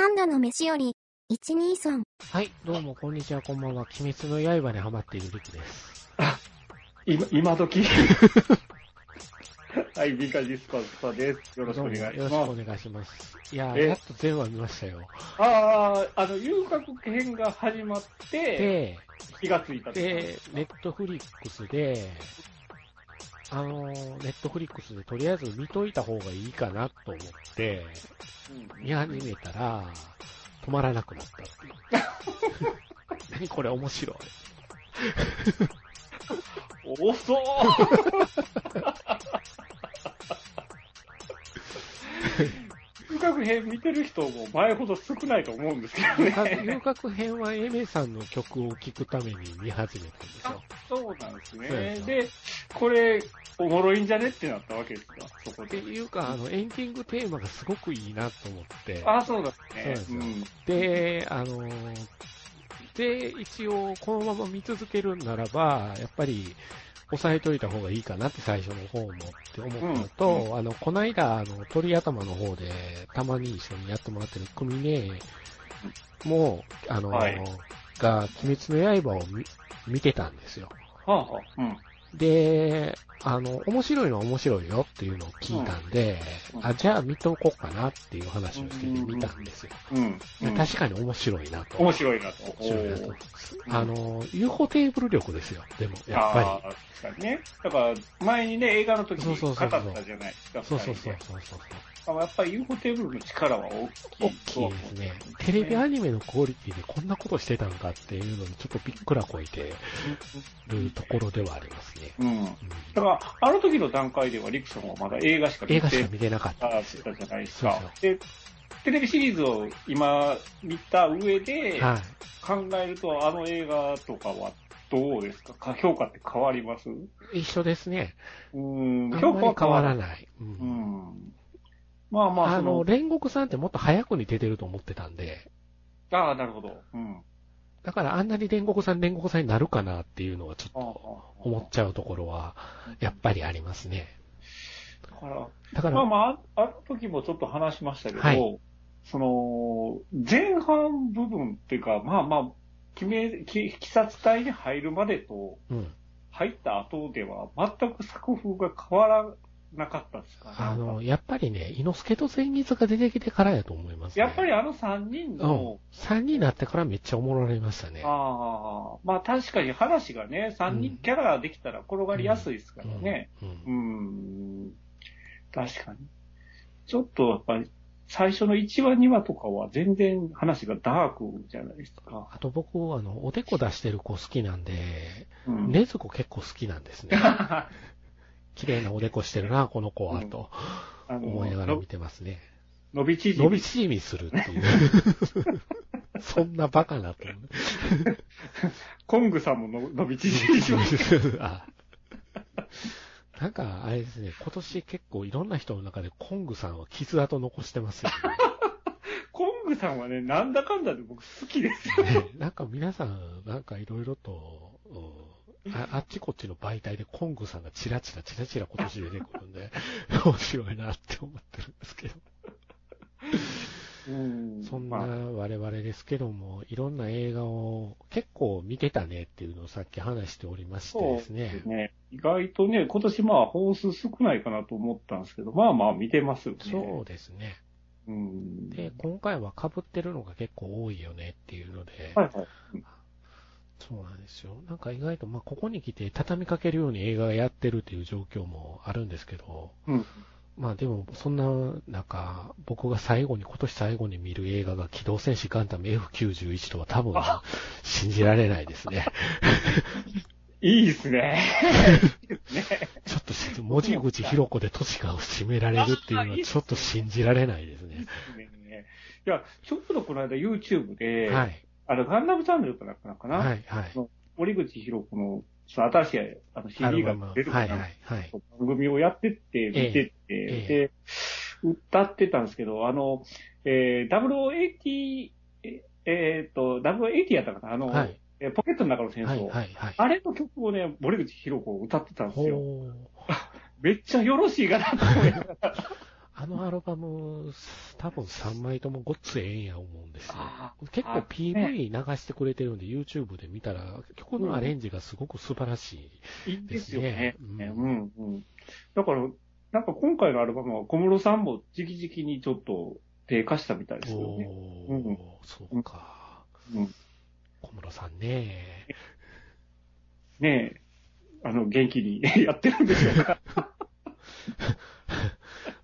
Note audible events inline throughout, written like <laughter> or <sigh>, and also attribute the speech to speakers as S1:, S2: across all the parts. S1: ンダの飯より、123。
S2: はい、どうも、こんにちは、こんばんは。鬼滅の刃にハマっているリクです。
S3: 今、今時はい、ビカジスパスパです。よろしくお願いし
S2: どうもよ
S3: ま
S2: ろ
S3: す。
S2: しくお願いします。いやー、
S3: え
S2: やっと全話見ましたよ。
S3: ああ、あの、遊郭編が始まって、
S2: で、
S3: 気がついたと
S2: で、ネットフリックスで、あのー、ネットフリックスでとりあえず見といた方がいいかなと思って、
S3: うん
S2: 見始めたら、止まらなくなったっていう。
S3: <laughs>
S2: 何これ面白い。
S3: 遅っ遊郭編見てる人も前ほど少ないと思うんですけど
S2: 遊郭
S3: ね。
S2: 遊郭編はエメさんの曲を聴くために見始めたんですよ。
S3: そうなんです
S2: そう
S3: ね
S2: で。す
S3: で、これ、おもろいんじゃねってなったわけですか、そこ
S2: って
S3: で。
S2: いうか、あの、エンディングテーマがすごくいいなと思って、
S3: ああ、そうだね。
S2: そうなんで、あの、で、一応、このまま見続けるならば、やっぱり、抑えといた方がいいかなって最初の方もって思ったのと、あの、こないだ、あの、鳥頭の方で、たまに一緒にやってもらってる組ね、もう、あの、
S3: はい
S2: が、鬼滅の刃を見見てたんですよ。
S3: うん。はあはあ。うん。
S2: で、あの、面白いのは面白いよっていうのを聞いたんで、
S3: うん
S2: あ、じゃあ見とこうかなっていう話をしてて見たんですよ。
S3: うん。うん
S2: 確かに面白いなと。
S3: 面白いなと。
S2: 面白いなと。
S3: うん
S2: あの、UFO テーブル力ですよ、でも、やっ
S3: あ
S2: ぱ
S3: あ、確かにね。だから、前にね、映画の時
S2: そう
S3: に
S2: そう
S3: 語っ
S2: そうそう
S3: たじゃないですか。
S2: り。そうそうそう
S3: 二人で
S2: そうそう。
S3: あやっぱり UFO テーブルの力は大
S2: 大
S3: きいと
S2: き
S3: はい思う
S2: ですね。テレビアニメのクオリティでこんなことしてたのかっていうのにちょっとびっくらこいてるところではありますね。
S3: うん。
S2: うん
S3: だから、あの時の段階ではリクさんはまだ映画しか
S2: 映
S3: 見
S2: 画してか見てなかったん
S3: なか
S2: で
S3: っ
S2: すよ。
S3: たじゃないです
S2: そう
S3: か。で、テレビシリーズを今見た上で
S2: はい。
S3: 考えると、あの映画とかはどうですかか評価って変わりますう
S2: 一緒ですね。
S3: ーん、
S2: あん
S3: 評
S2: ま
S3: 価
S2: り変
S3: は変
S2: わ
S3: わ
S2: ら
S3: らない。
S2: ない。うん
S3: うん。まあまあ、
S2: あ
S3: そ
S2: の、
S3: の、
S2: 煉獄さんってもっと早くに出てると思ってたんで、
S3: ああ、なるほど。うん。
S2: だからあんなに煉獄さん煉獄さんになるかなっていうのはちょっ
S3: ああああ
S2: と思っちゃうところは、やっぱりありますね。
S3: だから、
S2: だか
S3: まあ
S2: ら、
S3: まあ、あの時もちょっと話しましたけど、
S2: はい
S3: その、前半部分っていうか、まあまあ、決め、き鬼殺隊に入るまでと、
S2: うん。
S3: 入った後では、全く作風が変わらなかったですか
S2: あの、やっぱりね、猪之助と善逸が出てきてからやと思います、ね。
S3: やっぱりあの3人
S2: うん、
S3: の、
S2: 3人になってからめっちゃおもろなりましたね。
S3: ああ、まあ確かに話がね、3
S2: うん
S3: 人キャラができたら転がりやすいですからね。
S2: うん。う
S3: うんん、確かに。ちょっとやっぱり、最初の1話、2話とかは全然話がダークじゃないですか。
S2: あと僕、あの、おでこ出してる子好きなんで、
S3: うん、
S2: ねずこ結構好きなんですね。
S3: <laughs> あ
S2: 綺麗なおでこしてるな、この子は、と思いなが
S3: の、
S2: ら
S3: の
S2: 見てますね。
S3: 伸び縮
S2: 伸び
S3: み。
S2: 縮みするっていう。
S3: <laughs>
S2: そんなバカなと思う。
S3: コングさんもの伸び縮みしま
S2: <laughs>
S3: す。
S2: あなんか、あれですね、今年結構いろんな人の中でコングさんは傷跡残してますよ
S3: コングさんはね、なんだかんだで僕好きですよ。 <laughs>
S2: ね。ねなんか皆さん、なんかいろいろと、うんあ、あっちこっちの媒体でコングさんがチラチラチラチラ今年出てくるん
S3: <laughs>
S2: で、面白いなって思ってるんですけど。
S3: うん
S2: そんな
S3: まあ
S2: 我々ですけども、いろんな映画を結構見てたねっていうのをさっき話しておりまして
S3: そう
S2: で
S3: ですす
S2: ね。
S3: ね。意外とね、今年まあ、本数少ないかなと思ったんですけど、まあまあ見てますよね。
S2: そうですね。
S3: うん。
S2: で、今回は被ってるのが結構多いよねっていうので、
S3: はいはい。
S2: そうなんですよ。なんか意外と、まあ、ここに来て畳みかけるように映画がやってるっていう状況もあるんですけど、
S3: うん。
S2: まあでも、そんな、なんか、僕が最後に、今年最後に見る映画が機動戦士ガンダム F91 とは
S3: <laughs>
S2: 多分
S3: あ、
S2: 信じられないですね。
S3: いいで
S2: <laughs>
S3: すね。
S2: ちょっとし、文字口ひろこで都市が占められるっていうのはちょっと信じられないですね。
S3: ねいや、ちょっとこの間 YouTube で、
S2: はい。
S3: あの、ガンダムチャンネルかなんかかな、
S2: はい、はい。
S3: 森口博子の、その新しいあの
S2: ア
S3: CD
S2: ルバ
S3: が
S2: ム。は
S3: 出
S2: い、
S3: る
S2: は
S3: か
S2: い、
S3: な、
S2: はい。
S3: 番組をやってって、見
S2: ええ
S3: てって、
S2: え
S3: で、歌ってたんですけど、あの、えー、0080、ええーっと、0080やったかなあの、
S2: はい、
S3: えーポケットの中の戦争。
S2: はい、はい。はい
S3: あれの曲をね、森口博子歌ってたんですよ。
S2: ほう。
S3: めっちゃよろしいかなと思いながら
S2: あのアルバム、多分3枚ともごっつええんや思うんですよ。 <laughs>
S3: あ
S2: 結構
S3: あ
S2: PV 流してくれてるんで、YouTube で見たら、曲のアレンジがすごく素晴らしい。
S3: いいですよね。
S2: です
S3: う
S2: ね
S3: ん、うん。だから、なんか今回のアルバムは小室さんも直々にちょっと低下したみたいですよ
S2: お
S3: ね。
S2: ー、
S3: うん
S2: そうか。
S3: うん、
S2: 小室さんね。
S3: ねえ。あの、元気にやってるんでしょうか。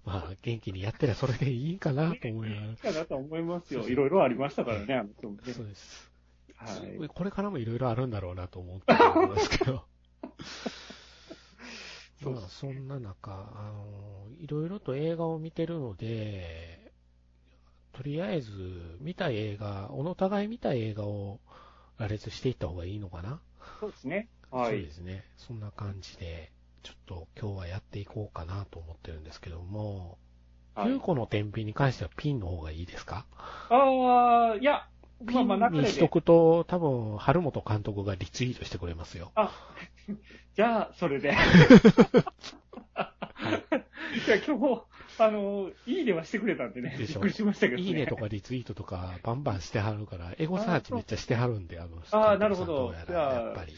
S2: まあ、元気にやってりゃそれでいいんかなと思いながら。
S3: だと思いますよ。いろいろありましたからね、あの人もね。
S2: そうです。
S3: はい。
S2: これからもいろいろあるんだろうなと思ってるんですけ
S3: <laughs>
S2: ど。
S3: そう
S2: まあ、そんな中、あの、いろいろと映画を見てるので、とりあえず、見た映画、おの互い見た映画を羅列していった方がいいのかな
S3: そうですね。は
S2: そう
S3: い
S2: で。すね。そんな感じで、ちょっと今日はやっていこうかなと思ってるんですけども、
S3: はい
S2: 9個の天秤に関してはピンの方がいいですか
S3: ああ、いや、
S2: ピ
S3: まあまあ
S2: ン
S3: 流
S2: に
S3: れ
S2: しと
S3: で。
S2: くと、多分、春本監督がリツイートしてくれますよ。
S3: じゃあ、それで。
S2: <laughs>
S3: いや、今日、あの、いいねはしてくれたんでね、び
S2: で
S3: っ
S2: しょ
S3: くりしましたけど
S2: い
S3: ね。
S2: いねとかリツイートとかバンバンしてはるから、エゴサーチめっちゃしてはるんで、あの、
S3: あ
S2: 監督さ
S3: あ
S2: ん
S3: なるほど
S2: うやら
S3: じゃあ
S2: やっぱり。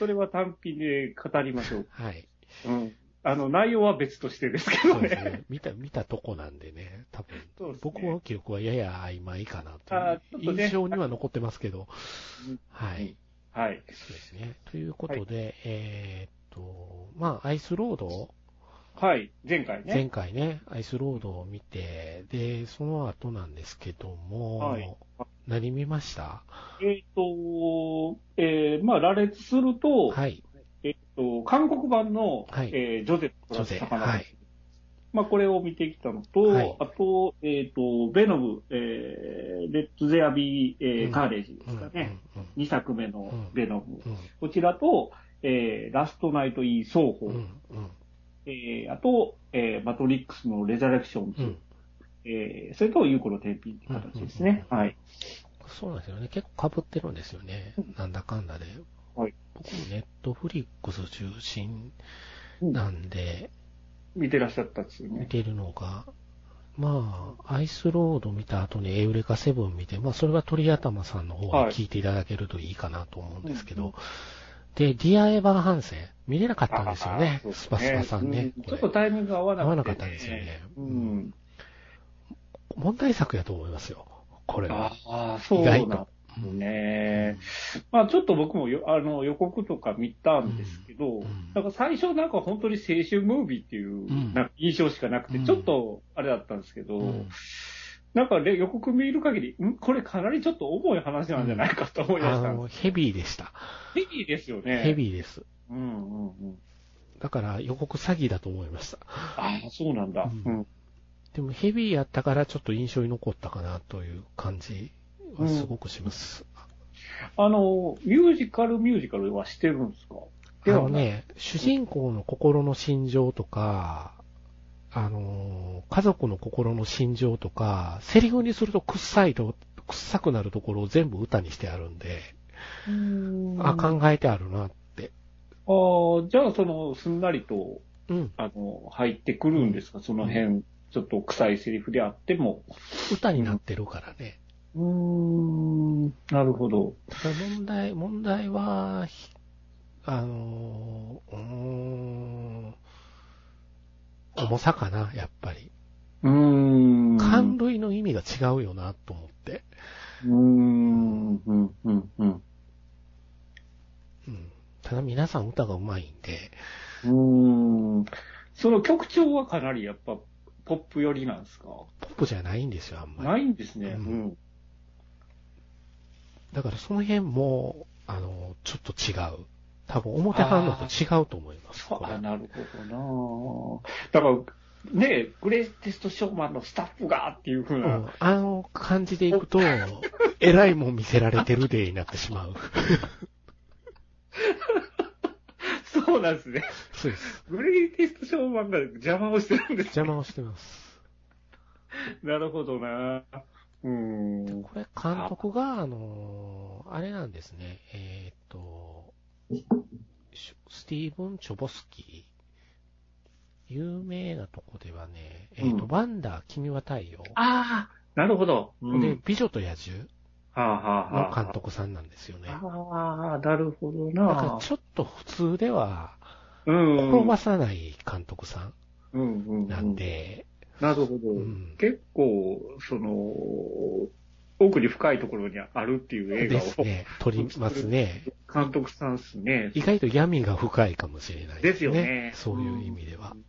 S3: それは単品で語りましょう。 <laughs>
S2: はい。
S3: うん。あの、内容は別としてですけ
S2: そ
S3: ど
S2: うです
S3: ね。
S2: ね。見た、見たとこなんでね、多分。
S3: そうですね
S2: 僕の記憶はやや曖昧かな
S3: ああ
S2: と
S3: ちょ
S2: いう
S3: っとね
S2: 印象には残ってますけど
S3: <laughs> うん。
S2: はい。
S3: はい。
S2: そうですね。ということで、えーっと、まあ、アイスロード
S3: はい。前回ね。
S2: 前回ね、アイスロードを見て、で、その後なんですけども、
S3: はい
S2: 何見ました
S3: えっ、と、えー、まあ、羅列すると、
S2: はい。
S3: えっ、と、韓国版の、
S2: はい
S3: えージョゼフプラス
S2: ジョゼ
S3: 魚
S2: はい
S3: まあ、これを見てきたのと、
S2: はい
S3: あと、えっ、と、ベノム、えー、レッドゼアビー、えー
S2: うん
S3: カーレージで
S2: うん
S3: す
S2: う
S3: か
S2: ん
S3: ね。2作目のベノム。
S2: うん
S3: こちらと、えー、ラストナイト・イー・双方、
S2: うんうん
S3: えー、あと、えー、マトリックスのレザレクションズ、
S2: うん
S3: えー、それと、ユーコの天秤って形ですね。
S2: うんうんうん
S3: はい。
S2: そうなんですよね。結構被ってるんですよね
S3: うん。
S2: なんだかんだで。
S3: はい
S2: 僕もネットフリックス中心
S3: うん
S2: なんで、
S3: 見てらっしゃったんですよ
S2: 見
S3: ね。
S2: てるのが、まあ、アイスロード見た後にエウレカセブン見て、まあ、それは鳥頭さんの方に
S3: はい
S2: 聞いていただけるといいかなと思うんですけど、で、ディア・エヴァンハンセン、見れなかったんですよね
S3: あ。ー
S2: スパスパさんね。
S3: うち
S2: こ
S3: ょ
S2: れ
S3: っとタイミングが合わなくて、
S2: 合わなかったんですよね
S3: うん。
S2: 問題作やと思いますよ。これは
S3: あ。あ、そう
S2: 意
S3: な
S2: 外
S3: んですね。まあちょっと僕もよあの予告とか見たんですけど、
S2: うんうん
S3: なんか最初なんか本当に青春ムービーってい
S2: う
S3: う
S2: ん
S3: なんか印象しかなくて、
S2: うん
S3: ちょっとあれだったんですけど、
S2: うん
S3: なんかね予告見る限り、んこれかなりちょっと重い話なんじゃないかと思いま
S2: あ
S3: した。
S2: の、ヘビーでした。
S3: ヘビーですよね。
S2: ヘビーです。
S3: うんうんうん。
S2: だから予告詐欺だと思いました。
S3: ああ、そうなんだ。
S2: うんでもヘビーやったからちょっと印象に残ったかなという感じはすごくします。
S3: あの、ミュージカルミュージカルはしてるんですかで
S2: あの
S3: はない
S2: ね、主人公の心の心情とか、あのー、家族の心の心情とか、セリフにするとくっさいと、くっさくなるところを全部歌にしてあるんで、あ、考えてあるなって。
S3: あーじゃあ、その、すんなりと、
S2: うん。
S3: あの、入ってくるんですかその辺、ちょっと臭いセリフであっても。
S2: 歌になってるからね。
S3: うーん、なるほど。
S2: ただ問題、問題は、ひあのー、うーん、重さかな、やっぱり。
S3: うーん。
S2: 寒類の意味が違うよな、と思って。
S3: うーん、うん、うん、うん。
S2: うん。ただ皆さん歌が上手いんで、
S3: うーん。その曲調はかなりやっぱ、ポップ寄りなんですか
S2: ポップじゃないんですよ、あんま
S3: な
S2: り。
S3: いんですね。
S2: う
S3: うんん。
S2: だからその辺も、あの、ちょっと違う。多分表反応と違うと思います。
S3: そう
S2: これ
S3: あなるほどなだから、ねグレイテストショーマンのスタッフがっていうふう
S2: う
S3: な、
S2: ん、あの感じでいく
S3: <laughs>
S2: と、えらいもん見せられてるでになってしまう。
S3: そうなんですね。
S2: そうです。
S3: グレイテストショーマンが邪魔をしてるんです
S2: 邪魔をしてます。
S3: なるほどな。うーん。
S2: これ、監督が、あのーあれなんですね、えーっと、シュスティーブン・チョボスキー、有名なとこではね、えっ、と、
S3: うん
S2: ワンダー、君は太陽。
S3: ああ、なるほど。うん。
S2: で、美女と野獣
S3: はあ、はあ、は
S2: の
S3: あ。
S2: 監督さんなんですよね。
S3: ああ、なるほど
S2: だから
S3: な。
S2: ちょっと普通では、
S3: うんうん。
S2: 転ばさない監督さ
S3: うんうんうん
S2: んなん。で、
S3: なるほど。
S2: うん
S3: 結構、その、奥に深いところにあるっていう映
S2: で
S3: 画
S2: す
S3: を、
S2: ね、撮りますね。
S3: 監督さんっすね。
S2: 意外と闇が深いかもしれない
S3: ですよね
S2: そういう意味では。
S3: うん
S2: うん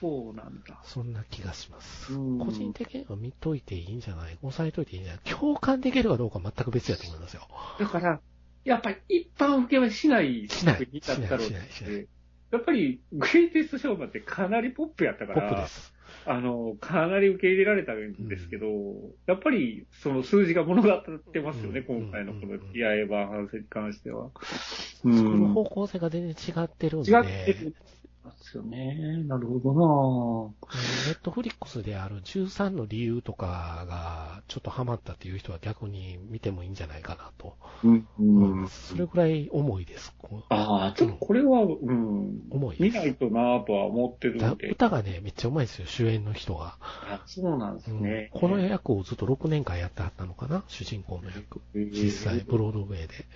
S3: そうなんだ。
S2: そんな気がします。
S3: うん
S2: 個人的には見といていいんじゃない押さえといていいんじゃない共感できるかどうか全く別やと思いますよ。
S3: だから、やっぱり一般受けはしない
S2: しない
S3: 作品だったろう
S2: し
S3: な
S2: ない
S3: っ
S2: しないしな
S3: て。やっぱり、グレイテストショーマンってかなりポップやった
S2: ポ
S3: か
S2: ップで
S3: ら、
S2: す。
S3: あの、かなり受け入れられたんですけど、やっぱり、その数字が物語ってますよね、
S2: うん
S3: 今回のこ
S2: う
S3: の
S2: んうん
S3: DIY 版反省に関しては。
S2: 作る
S3: ん
S2: 方向性が全然違ってるんで、
S3: 違ってるんですよね。なるほ
S2: ネットフリックスである13の理由とかがちょっとハマったっていう人は逆に見てもいいんじゃないかなと
S3: どなう
S2: 思います。それぐらい重いです。こう
S3: ああ、ちょっとこれは、うん、
S2: 重い
S3: 見
S2: で
S3: な
S2: す。
S3: いとなぁとは思ってる
S2: だ
S3: んで。
S2: 歌がね、めっちゃうまいですよ、主演の人が。
S3: あそうなんです
S2: うん
S3: ね。
S2: この役をずっと6年間やってはったのかな、主人公の役。実際、ブロードウェイで。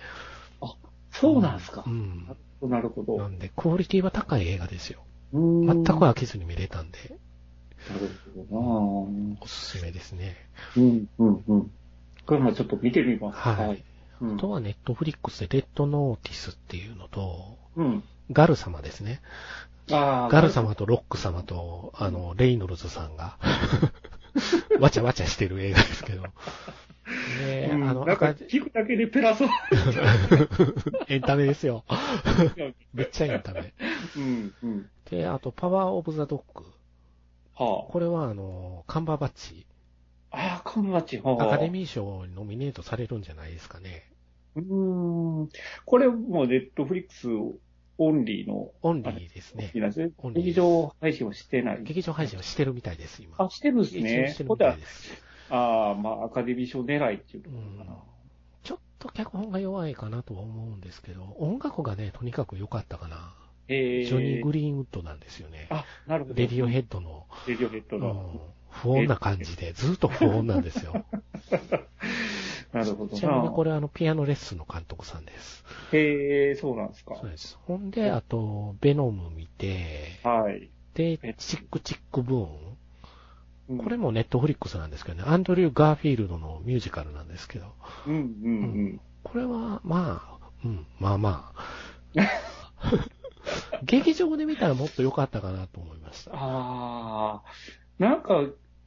S3: そうなんですか
S2: う。ん。
S3: なるほ
S2: な
S3: ど。
S2: んで、クオリティは高い映画ですよ。全
S3: 全
S2: く飽きずに見れたんで、
S3: なるほどな
S2: おすすめですね。
S3: ぁうん、うん、うん。これもちょっと見てみます。
S2: はい。。
S3: う
S2: あ
S3: ん。
S2: とはネットフリックスで、レッドノーティスっていうのと、
S3: うん。
S2: ガル様ですね。
S3: ああ、
S2: ガル様とロック様と、あの、レイノルズさん
S3: <laughs>
S2: が、わちゃわちゃしてる映画ですけど。ね
S3: うん
S2: あの、
S3: なんか
S2: 赤字
S3: 聞くだけでペラそう。
S2: エンタメです
S3: <laughs>
S2: よ。めっちゃエンタメ。
S3: うん、うん。
S2: で、あと、パワーオブザドッグ。
S3: は
S2: これは、あの、カンバーバッチ、
S3: あ。ああ、カムバチ。はあ
S2: アカデミー賞にノミネートされるんじゃないですかね。
S3: うーんこれもネットフリックスオンリーの、
S2: オンリーですね
S3: い。なんですね
S2: オンリーで
S3: 劇
S2: す
S3: 場配信をしてない。
S2: 劇場配信をしてるみたいです、今。
S3: あ、してるんです
S2: 劇場
S3: ね
S2: して。る
S3: ほ
S2: み
S3: た
S2: た
S3: ら
S2: いです。
S3: ああ、まあ、アカデミー賞狙いっていうところかな。
S2: ちょっと脚本が弱いかなとは思うんですけど、音楽がね、とにかく良かったかな。
S3: え
S2: ジョニー・グリーンウッドなんですよね。
S3: あ、なるほど。
S2: レディオヘ
S3: ッ
S2: ッドの、
S3: ド。レディオヘッド
S2: うん
S3: の。、
S2: 不穏な感じで、ずっと不穏なんです
S3: <laughs>
S2: よ。
S3: なるほど
S2: ちなみにこ
S3: な。
S2: れあの、ピアノレッスンの監督さんです。
S3: へえ、そうなんですか
S2: そ。うです。ほんで、あと、ベノム見て、
S3: はい。
S2: で
S3: え、
S2: チックチックブーン。
S3: うん
S2: これ、もネットフリックスなんですけどね、アンドリュー・ガーフィールドのミュージカルなんですけど、
S3: うんうん
S2: これは、まあ、うん、まあま
S3: <laughs>
S2: あ。劇場で見たらもっと良かったかなと思いまし
S3: うん。
S2: た。
S3: ああ、なんか、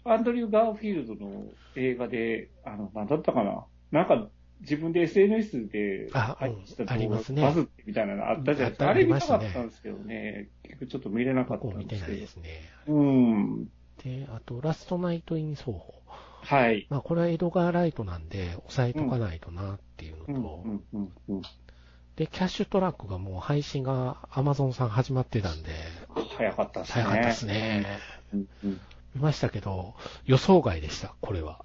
S3: アンドリュー・ガーフィールドの映画で、あの、なんだったかな。なんか、自分で SNS で
S2: あ
S3: 配信した動画
S2: うんありますね
S3: バズってみたいなのあったじゃないです
S2: あっ
S3: か。
S2: た
S3: あれ見たか
S2: ありま
S3: っ
S2: した
S3: た
S2: ね
S3: んですけどね。結局ちょっと見れなかった
S2: 僕も
S3: ん
S2: 見て
S3: です
S2: な
S3: け
S2: い
S3: ど
S2: で。すね。
S3: うん。
S2: で、あと、ラストナイト・イン・奏法。
S3: はい。
S2: まあ、これはエドガー・ライトなんで、押さえとかないとなっていうの
S3: う
S2: と、
S3: んうんうんうん。
S2: で、キャッシュトラックがもう配信が Amazon さん始まってたんで、
S3: 早かったですね。
S2: 早かったですね。
S3: うんうん
S2: 見ましたけど、予想外でした、これは。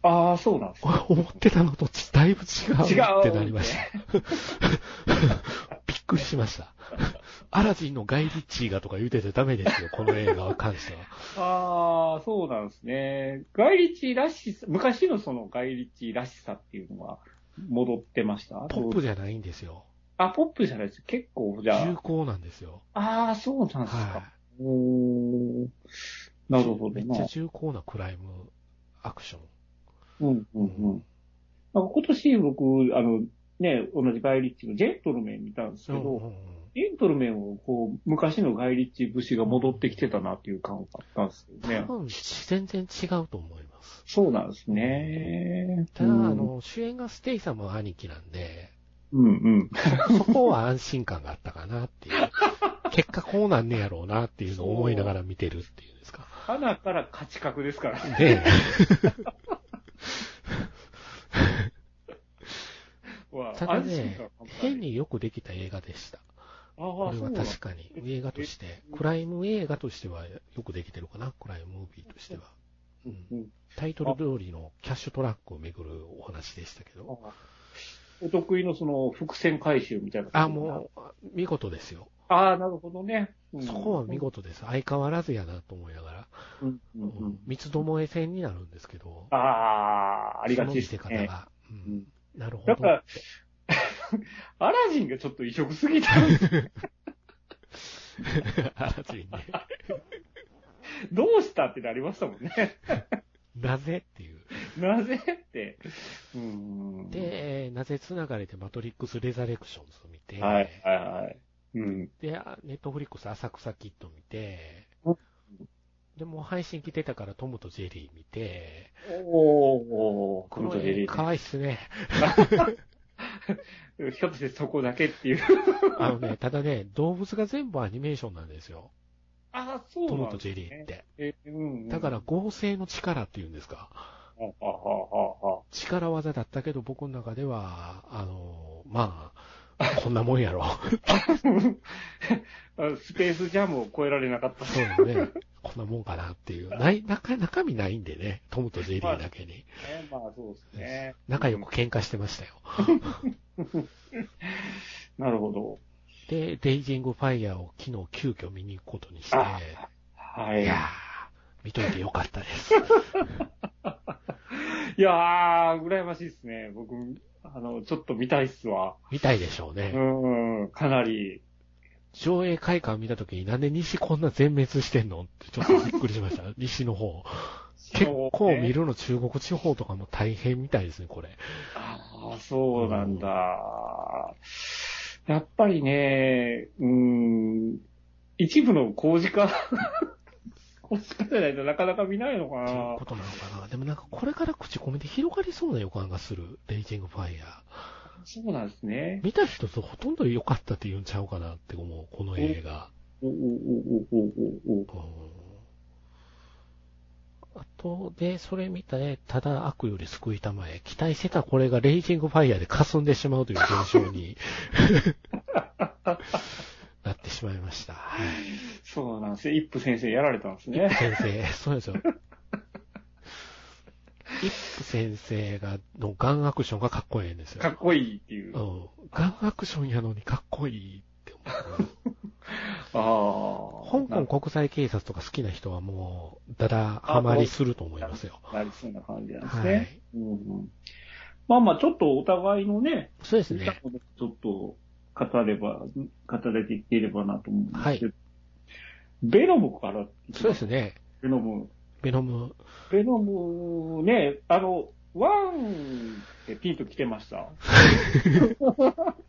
S3: ああ、そうなんですね。
S2: <laughs> 思ってたのとだいぶ違う
S3: 違う
S2: ってなりました。 <laughs> びっくりしました。アラジンのガイ・リッチーがとか言うててダメですよ、この映画は関
S3: <laughs>
S2: しては。
S3: ああ、そうなんですね。ガイリッチーらしさ、昔のそのガイリッチーらしさっていうのは戻ってました。
S2: ポップじゃないんですよ。
S3: あ、ポップじゃないです。結構、じゃ
S2: 重厚なんですよ。
S3: あ。ああ、そうなんですか。
S2: は
S3: おー
S2: い。
S3: なるほど
S2: めっ
S3: な。
S2: ちゃ重厚なクライムアクション。
S3: うんうんうん。なんか今年僕、あの、ね、同じガイリッチーのジェントルメン見たんですけど、
S2: うんうんうん
S3: ジェントルメンをこう、昔のガイリッチー節が戻ってきてたなっていう感があったんですよ
S2: 多
S3: ね。
S2: 分、全然違うと思います。
S3: そうなんですね。
S2: ただ、
S3: うん
S2: あ、の、主演がステイ様の兄貴なんで、
S3: うんうん。
S2: そこは安心感があったかなって
S3: <laughs>
S2: いう。結果こうなんねやろうなっていうのを思いながら見てるっていうん
S3: <laughs>
S2: ですか。
S3: 花から価値格ですからね。
S2: ねえ、ただね、変。によくできた映画でした。
S3: ああ、
S2: こ
S3: そ
S2: れ
S3: うな
S2: は
S3: んだ
S2: 確かに。映画として、クライム映画としてはよくできてるかな、クライムムービーとしては。うん
S3: うん
S2: タイトル通りのキャッシュトラックをめぐるお話でしたけど。
S3: ああお得意のその伏線回収みたいな。
S2: あ、もう、見事ですよ。
S3: ああ、なるほどね。うん
S2: そこは見。事です。相変わらずやなと思いながら。
S3: うんうん
S2: う
S3: うん
S2: ん、三つどもえ戦になるんですけど。
S3: ああ、ありがちです
S2: その見せ方
S3: ね。
S2: が。う
S3: うんん
S2: なるほど。
S3: だから、 <laughs> アラジンがちょっと異色す
S2: <laughs>
S3: ぎた。
S2: 熱
S3: <laughs>
S2: いね
S3: どうしたってなりましたもんね。
S2: なぜっていう。
S3: なぜって。うん。
S2: で、えーなぜつながれてマトリックス・レザレクションズ見て、
S3: はい、はい、はい。うん。
S2: で、あネットフリックス浅草キッド見て
S3: うん、
S2: で、もう配信来てたからトムとジェリー見て、
S3: おー、
S2: こ
S3: この
S2: の
S3: 絵
S2: 絵、可愛いっす
S3: <laughs>
S2: ね。
S3: ひょっとしてそこだけっていう。
S2: あのね、ただね、動物が全部アニメーションなんですよ。
S3: ああ、そう
S2: ト
S3: な
S2: ム
S3: ん
S2: と
S3: です
S2: ジェ
S3: ね
S2: リーって。
S3: えうんうん
S2: だから、合成の力っていうんですか。
S3: ああ、ああ、ああ。
S2: 力技だったけど、僕の中では、あの、まあ、こんなもんや
S3: <laughs>
S2: ろ。
S3: あ <laughs> スペースジャムを超えられなかった。
S2: そうだね。こんなもんかなっていう。ない、中、中身ないんでね。トムとジェリーだけに。
S3: ね、 <laughs> まあそうですね。
S2: 仲良く喧嘩してましたよ。
S3: なるほど。
S2: で、デイジングファイヤーを昨日急遽見に行くことにして、
S3: あはいい。い
S2: やー
S3: や、
S2: 見といてよかった
S3: <laughs>
S2: です。
S3: ー、羨ましいですね。僕、あの、ちょっと見たいっすわ。
S2: 見たいでしょうね。
S3: うん、かなり。
S2: 上映会館見たときになんで西こんな全滅してんのってちょっとびっくりしま
S3: <laughs>
S2: した。西の方。結構見
S3: る。
S2: るの中国地方とかも大変みたいですね、これ。
S3: ああ、そうなんだ。やっぱりね、うん、一部の工事化、 <laughs> 工事化じゃないとなかなか見ないのか
S2: っていうこ
S3: な。
S2: となのかな。でもなんかこれから口コミで広がりそうな予感がする。レイジングファイヤー。
S3: そうなんですね。
S2: 見た人とほとんど良かったって言うんちゃうかなって思う、この映画。
S3: おおおおおおお
S2: うんあと、で、それ見たね、ただ悪より救いたまえ、期待してたこれがレイジングファイヤーで霞んでしまうという現象
S3: <laughs>
S2: になってしまいました。はい
S3: そうなんですね。一夫先生やられたんですね。
S2: 先生、そうですよ。イップ先生が、のガンアクション <laughs> がかっこいいんですよ。
S3: かっこいいっていう
S2: う。ん。ガンアクションやのにかっこいいって思う。
S3: ああ。
S2: 香港国際警察とか好きな人はもう、だだハマりすると思いますよ。
S3: なりそうな感じなんです
S2: は
S3: ね。
S2: い。
S3: うんうん、まあまあ、ちょっとお互いのね、
S2: そうです
S3: 見た
S2: ね。
S3: ことちょっと語れば、語れていければなと思うんですけど、ベノムから、
S2: そうですね。
S3: ベノム。
S2: ベノム、
S3: ベノムね、あの、ワンってピンと来て
S2: <laughs>
S3: ました。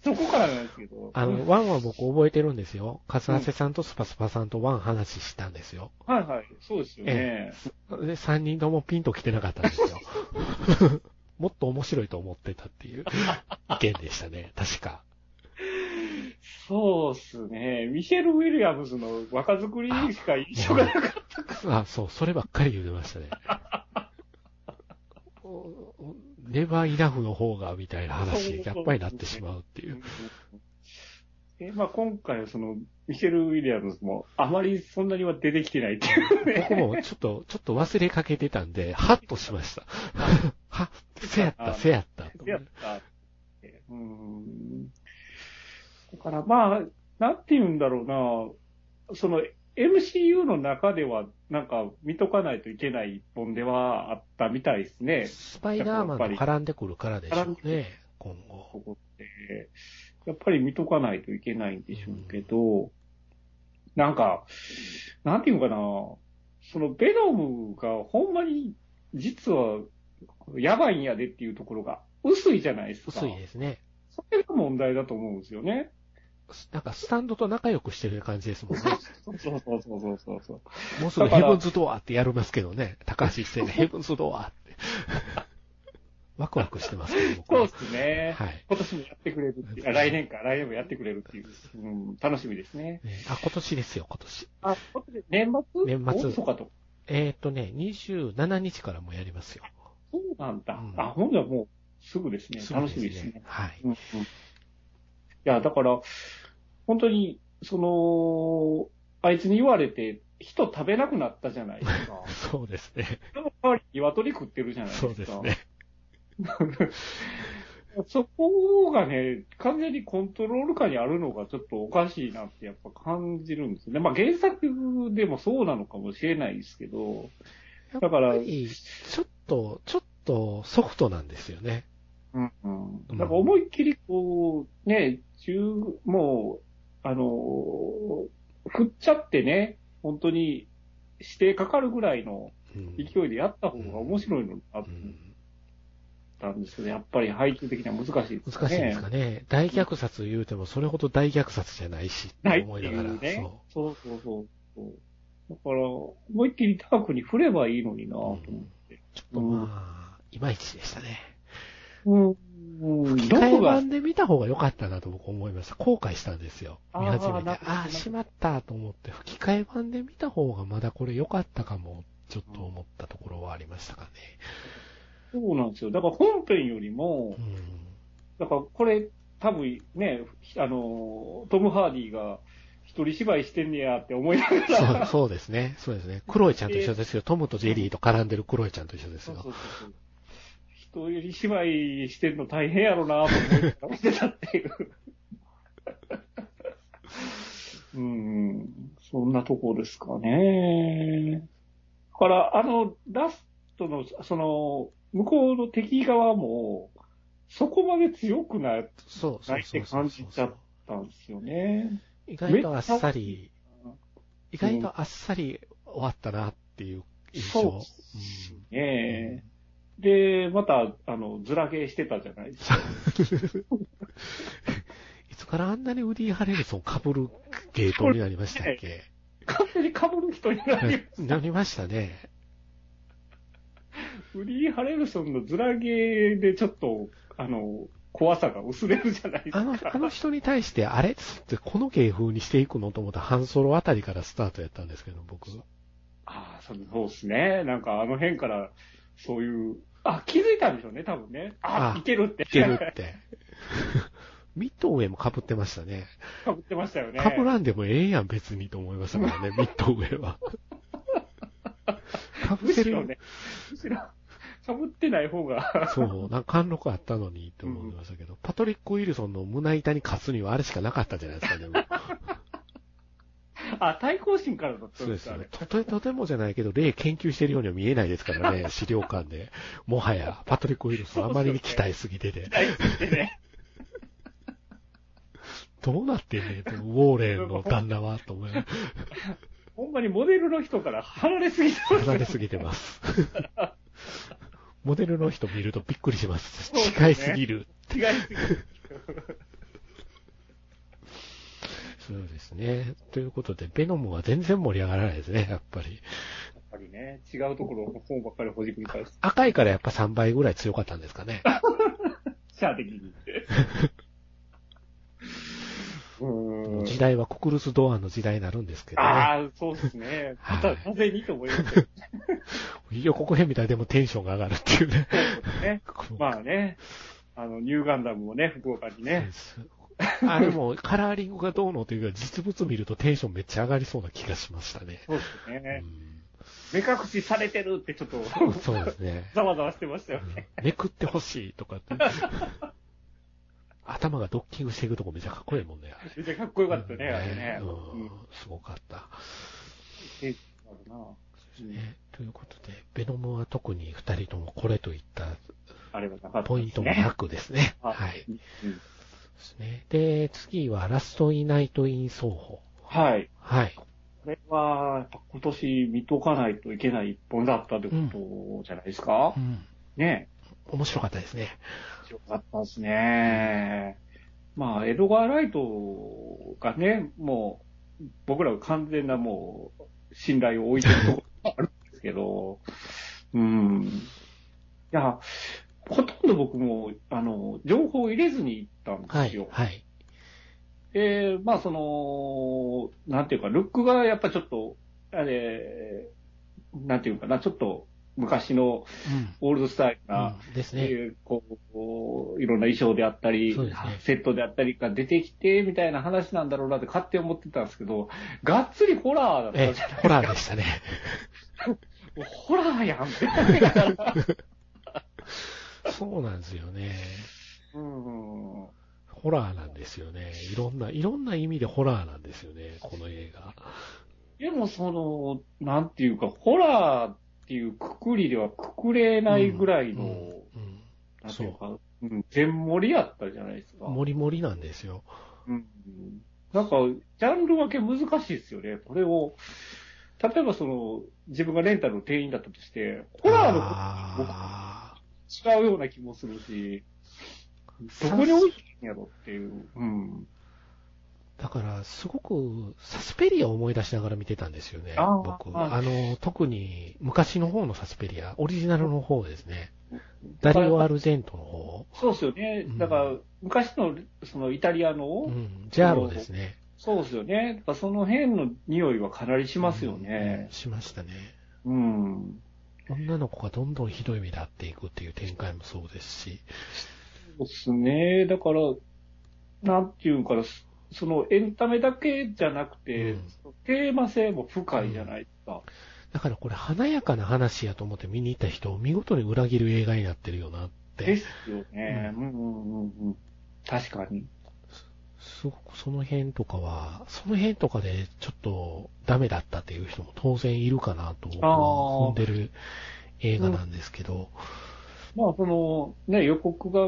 S3: そこからなんですけど。
S2: あの、ワンは僕覚えてるんですよ。カズハセさんとスパスパさんとワン話したんですよ。
S3: はいはい、そうですよね。
S2: で、三人ともピンと来てなかったん
S3: <laughs>
S2: ですよ。もっと面白いと思ってたって
S3: <laughs>
S2: いう意見でしたね。確か。
S3: そうっすね。ミシェル・ウィリアムズの若作りしか印象がなかった。
S2: あ、そう、そればっかり言ってま
S3: <laughs>
S2: したね。おおネバーイナフの方が、みたいな話にやっぱりなってしまうっていう。
S3: えまあ、今回はその、ミシェル・ウィリアムズも、あまりそんなには出てきてないっていうね。
S2: 僕もちょっと、ちょっと忘れかけてたんで、ハッとしました。は、せやった、せやった。
S3: やったって。うーん。だからまあ、なんて言うんだろうな、その MCU の中では、なんか見とかないといけない一本ではあったみたいですね。
S2: スパイダーマンと絡んでくるからでしょうね、今後。
S3: ここって。やっぱり見とかないといけないんでしょうけど、なんか、なんていうのかな、そのベノムがほんまに実はやばいんやでっていうところが薄いじゃないですか。
S2: 薄いですね。
S3: それが問題だと思うんですよね。
S2: なんかスタンドと仲良くしてる感じですもんね。
S3: そうそうそうそうそうそう。
S2: もうすぐヘブンズドアってやりますけどね。高橋一生でヘブンズドアっ
S3: <laughs>
S2: て。ワクワクしてますけど、僕
S3: そう
S2: は。
S3: ですね。
S2: はい。
S3: 今年もやってくれるっていうあ来年か、来年もやってくれるっていう、うん、楽しみですね。
S2: ねあ、今年ですよ、今年。
S3: あ、年末
S2: 年末
S3: 大晦日とか。
S2: えっ、ー、とね、27日からもやりますよ。
S3: そうなんだ。
S2: うん
S3: あ、ほんじゃもうすぐですね。
S2: すぐ
S3: 楽しみですね。
S2: はい。
S3: うんうん、いや、だから、本当に、その、あいつに言われて、人食べなくなったじゃないで
S2: <laughs>
S3: すか。
S2: そうですね。
S3: でも、代わりに鶏食ってるじゃないです
S2: そ
S3: か。
S2: うですね。
S3: そこがね、完全にコントロール下にあるのがちょっとおかしいなってやっぱ感じるんですよね。まあ原作でもそうなのかもしれないですけど、だから
S2: やっぱりちょっと、ちょっとソフトなんですよね。
S3: うんうん。だから思いっきりこう、ね、中、もう、あのー振っちゃってね、本当に指定かかるぐらいの
S2: うん
S3: 勢いでやった方が面白いのになっ
S2: うん
S3: たんですけど、やっぱり配球的には難しいですね。
S2: 難しいですかね。大虐殺言うても、それほど大虐殺じゃないし、
S3: ない
S2: 思いながら、
S3: っていうね
S2: そ
S3: そうそうそうそう。だから、思いっきりダークに振ればいいのになぁと思って。
S2: う。ちょっとまあ、いまいちでしたね。
S3: うん。うん。ど
S2: 替え
S3: こが、
S2: 版で見た方が良かったなと僕思いました。後悔したんですよ。見始め
S3: あー
S2: て。
S3: な
S2: あ
S3: るほど
S2: あー、しまったと思って、吹き替え版で見た方がまだこれ良かったかも、ちょっと思ったところはありましたかね。
S3: そうなんですよ。だから本編よりも
S2: う、ん。
S3: だからこれ、多分ね、あの、トム・ハーディが一人芝居してんねやって思いながら。
S2: そう、そうですね。そうですね。クロエちゃんと一緒ですよ。トムとジェリーと絡んでるクロエちゃんと一緒です
S3: そう
S2: よ。
S3: そうそうそう。一人芝居してんの大変やろなと思って見てたっていう。うん、そんなとこですかね。だから、あの、ラストの、その、向こうの敵側も、そこまで強くなっ
S2: そうそうそうそう
S3: ないって感じちゃうたんですよね。
S2: 意外とあっさり、意外とあっさり終わったなっていう印象。
S3: そうねえで、また、あの、ずらゲーしてたじゃないですか。
S2: いつからあんなにウディ・ハレルソン被る系統になりましたっけ
S3: 完全に被る人になりました
S2: なりましたね。
S3: フリー・ハレルソンのズラゲーでちょっと、あの、怖さが薄れるじゃないです
S2: あの、
S3: か。
S2: あの人に対して、あれっつってこの芸風にしていくのと思った半ソロあたりからスタートやったんですけど、僕。
S3: ああ、そうそうですね。なんかあの辺から、そういう、あ、気づいたんでしょうね、多分ね。あ、
S2: あ
S3: いけるって。
S2: いけるって。ミッドウェイも被ってましたね。
S3: かぶってましたよね。
S2: 被らんでもええやん、別にと思いましたからね、
S3: <laughs>
S2: ミッドウェイは。被
S3: む
S2: せ
S3: し
S2: る
S3: ろね、むしろ、かぶってない方が、
S2: そう、なんか貫禄あったのにって思いましたけど、パトリック・ウィルソンの胸板に勝つにはあれしかなかった
S3: <laughs>
S2: じゃないですか、でも。
S3: あ、対抗心からだった
S2: そ
S3: ん
S2: う
S3: で
S2: ですす
S3: か、あ
S2: ね
S3: れ。。
S2: とて、とてもじゃないけど、例研究してるようには見えないですから
S3: <laughs>
S2: ね、資料館で。もはや、パトリック・ウィルソンあまりに期待すぎてて、
S3: 大好きでね。
S2: どうなってんねんと、ウォーレンの旦那は、と思いなが
S3: ほんまにモデルの人から離れすぎてま
S2: ら
S3: す
S2: 離れすぎてます。
S3: <laughs>
S2: モデルの人見るとびっくりします。近いすぎる。
S3: 違いすぎる。
S2: そうですね。ということで、ベノムは全然盛り上がらないですね、やっぱり。
S3: やっぱりね、違うところの本ばっかりほじくり返す。
S2: 赤いからやっぱ3倍ぐらい強かったんですかね。
S3: シャア
S2: <laughs>
S3: 的に。うーん。
S2: 時代はククルス・ドアンの時代になるんですけどね。
S3: ああ、そうですね。
S2: は
S3: ま
S2: い
S3: た、なぜにと思いますけど
S2: 予告編みたいでもテンションが上がるっていうね。
S3: ね。 <laughs> まあね、あの、ニューガンダムもね、福岡にね。
S2: あれも、カラーリングがどうのというよりは実物見るとテンションめっちゃ上がりそうな気がしましたね。
S3: そうですね。
S2: う
S3: 目隠しされてるってちょっと、 <laughs>
S2: ん、そうですね。
S3: ざわざわしてましたよね。
S2: <laughs> めくってほしいとかって。頭がドッキングしていくとこめっちゃかっこいいもんね。あれ
S3: めっちゃかっこよかったね、あれね。
S2: う
S3: うんん。、
S2: すごかった。
S3: えあるな
S2: ねということで、ベノムは特に二人ともこれといった
S3: あれはなかった
S2: ポイントもなくです
S3: <laughs>
S2: ね。
S3: あ
S2: はい。
S3: うん
S2: ですね。で、次はラストインナイトイン奏法。
S3: はい。
S2: はい。
S3: これは、やっぱ今年見とかないといけない一本だったってことじゃないですか、
S2: うん。
S3: ね
S2: 面白かったですね。
S3: よかったですね。まあ、エドガー・ライトがね、もう、僕らが完全なもう、信頼を置いてるところがあるんですけど、 <laughs> うん。いや、ほとんど僕も、あの、情報を入れずに行ったん
S2: は
S3: です
S2: い
S3: よ。。
S2: はい。
S3: で、まあ、その、なんていうか、ルックがやっぱちょっと、あれ、なんていうかな、ちょっと昔の
S2: うん
S3: オールドスタイルな、
S2: うんです
S3: って
S2: ね。
S3: いう、こう、いろんな衣装であったり、
S2: そうですね
S3: セットであったりが出てきて、みたいな話なんだろうなって勝手に思ってたんですけど、がっつりホラーだったじゃ
S2: え
S3: ないですか、
S2: ホラーでしたね。 <laughs>
S3: もうホラーやんって。
S2: そうなんですよね。
S3: <laughs> うん。
S2: ホラーなんですよね。いろんな、いろんな意味でホラーなんですよね、この映画。
S3: でもその、なんていうか、ホラーっていうくくりではくくれないぐらいの、
S2: うん。
S3: なんていうか、うん、全盛りやったじゃないですか。
S2: もりもりなんですよ。
S3: うん。なんか、ジャンル分け難しいですよね。これを、例えばその、自分がレンタルの店員だったとして、ホラー
S2: あ
S3: の違うような気もするし、
S2: ー
S3: どこに置いてんやろっていう。うん。
S2: だから、すごく、サスペリアを思い出しながら見てたんですよね、
S3: あー
S2: 僕。
S3: はい
S2: あの、特に、昔の方のサスペリア、オリジナルの方ですね。ダリオ・アルジェントの方。
S3: そうですよね。だから、昔の、そのイタリアの、
S2: うん、ジャーロですね。
S3: そうですよね。だからその辺の匂いはかなりしますよ
S2: う
S3: ね
S2: ん。しましたね。
S3: うん。
S2: 女の子がどんどんひどい目に遭っていくっていう展開もそうですし。
S3: そうですね。だから、なんていうんかな、そそのエンタメだけじゃなくて、
S2: うん
S3: そのテーマ性も深いじゃないですか。
S2: だからこれ華やかな話やと思って見に行った人を見事に裏切る映画になってるよなっ
S3: で
S2: て、
S3: すよね。うんうんうんうん。確かに。
S2: すごくその辺とかは、その辺とかでちょっとダメだったっていう人も当然いるかなと僕は踏んでる映画なんですけど、
S3: まあ、その、ね、予告が、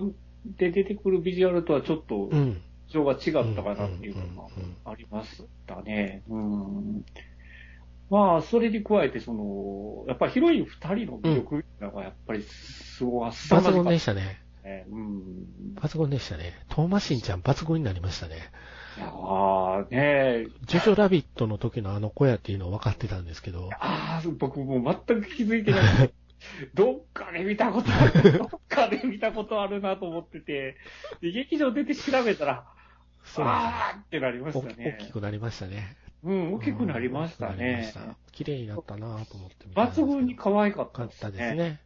S3: で出てくるビジュアルとはちょっと
S2: う、ん。
S3: 情が違ったかなっていうのが
S2: うんうんうん
S3: ありましたね。うん。まあ、それに加えて、その、やっぱりヒロイン二人の魅力っていうのがやっぱりすごい凄ま
S2: 抜
S3: じ
S2: 群
S3: かった
S2: で
S3: で
S2: したね。
S3: すね。うん。
S2: 抜群でしたね。トーマシンちゃん抜群になりましたね。
S3: いやーねえ
S2: ジョジョラビットの時のあの子やっていうのは分かってたんですけど、
S3: ああ、僕もう全く気づい
S2: <laughs>
S3: てない。どっかで見たことある、どっかで見たことあるなと思ってて、で劇場出て調べたら、
S2: そうなんですね
S3: <laughs> あーってなりました
S2: 大き
S3: ね。
S2: くなりましたね。
S3: うん、大きくなりましたね。
S2: うん。大きくなりました綺麗になったなぁと思って見たんですけ
S3: 抜
S2: ど
S3: 群に可愛かっ
S2: か
S3: た
S2: っ
S3: です
S2: た
S3: ね。
S2: ですね。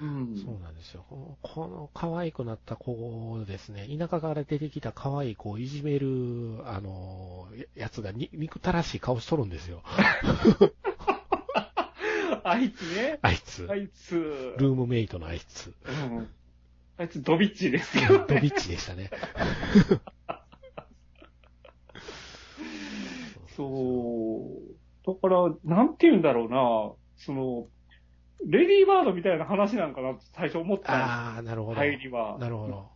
S3: うん。
S2: そうなんですよ。この可愛くなった子ですね、田舎から出てきた可愛い子をいじめる、あの、ややつがに憎たらしい顔しとるんですよ。
S3: あいつね。
S2: あいつ。
S3: あいつ。
S2: ルームメイトのあいつ。
S3: うんあいつドビッチですよ
S2: ド
S3: ね。
S2: ビッチでした
S3: <laughs>
S2: ね。
S3: そう。だから、なんて言うんだろうな。その、レディーバードみたいな話なんかなって最初思ったんで
S2: ああ、なるほ
S3: す
S2: ど。
S3: 入りは。
S2: なるほど。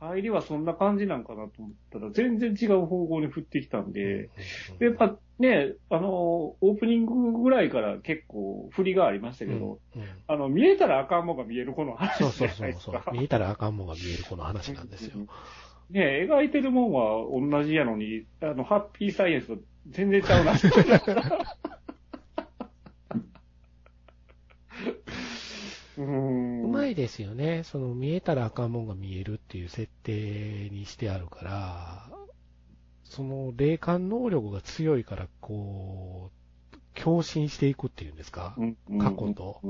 S3: 入りはそんな感じなんかなと思ったら、全然違う方向に振ってきたんで、
S2: うん
S3: でやっ、ぱね、あの、オープニングぐらいから結構振りがありました
S2: う
S3: け
S2: ん
S3: ど、
S2: うん
S3: あの、見えたらあかんもんが見えるこの話じ
S2: そうそう
S3: ゃな
S2: そ
S3: いうです
S2: そう
S3: か。。
S2: 見えたらあかんもんが見えるこの話なんですよ。
S3: <laughs> ねえ、描いてるもんは同じやのに、あの、ハッピーサイエンスと全然ち
S2: <laughs>
S3: ゃうな。 <laughs> うーん。
S2: うま
S3: い。
S2: いですよね。その見えたらあかんもんが見えるっていう設定にしてあるから、その霊感能力が強いから、こう、共振していくっていうんですか、過去と。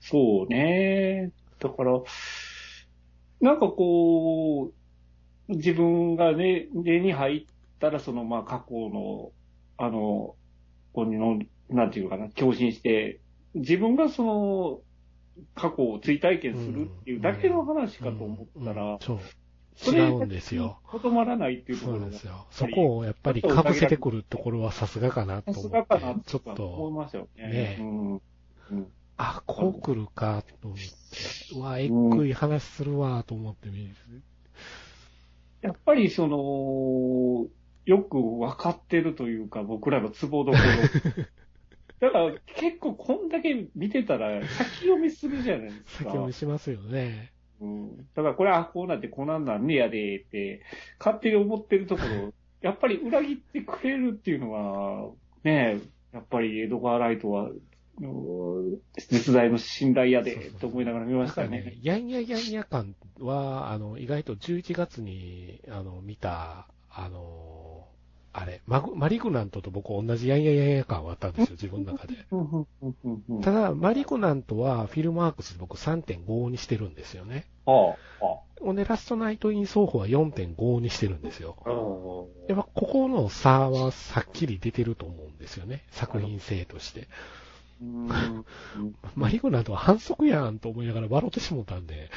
S3: そうね。だから、なんかこう、自分がね、根に入ったら、そのまあ過去の、あの、この、なんていうかな、共振して、自分がその、過去を追体験するっていうだけの話かと思ったら、
S2: うんそう。
S3: それ
S2: 違うんですよ。
S3: とまらないっていうとこ
S2: そ
S3: ろ
S2: うな
S3: が
S2: んですよ。そこをやっぱり被せてくるところはさすがかなと
S3: さ
S2: 思っ
S3: す
S2: て
S3: がかな、
S2: ちょっ
S3: 思い
S2: と、
S3: ましたよね。
S2: ねえ
S3: うん。うん
S2: あ、こう来るかと思って、うわ、えっくい話するわと思って見る。
S3: やっぱりその、よく分かってるというか、僕らのツボどこ <laughs> ろ。だから結構こんだけ見てたら先読みするじゃないです
S2: 先
S3: か。
S2: 読みしますよね。
S3: うん、だからこれ、あ、こうなってこうなんなんねやでって、勝手に思ってるところ、やっぱり裏切ってくれるっていうのは、ねえ、やっぱりエドガー・ライトは、うん実在の信頼や
S2: そうそう
S3: で
S2: そう、
S3: と思いながら見ま
S2: なん
S3: し
S2: か
S3: た
S2: ね
S3: ね。、
S2: やんややんや感は、あの、意外と11月に、あの、見た、あの、あれ、マグマリグナントと僕同じやんややんや感はあったんですよ、自分の中で。
S3: <laughs> うんうんうんうんうん
S2: ただ、マリグナントはフィルマークスで僕3.5にしてるんですよね。
S3: ああ、あ
S2: ほんで、ラストナイトイン奏法は4.5にしてるんですよ。
S3: あ。
S2: やっぱ、ここの差はさっきり出てると思うんですよね。作品性として。
S3: うん
S2: マリグナントは反則やんと思いながら笑ってしもたんで。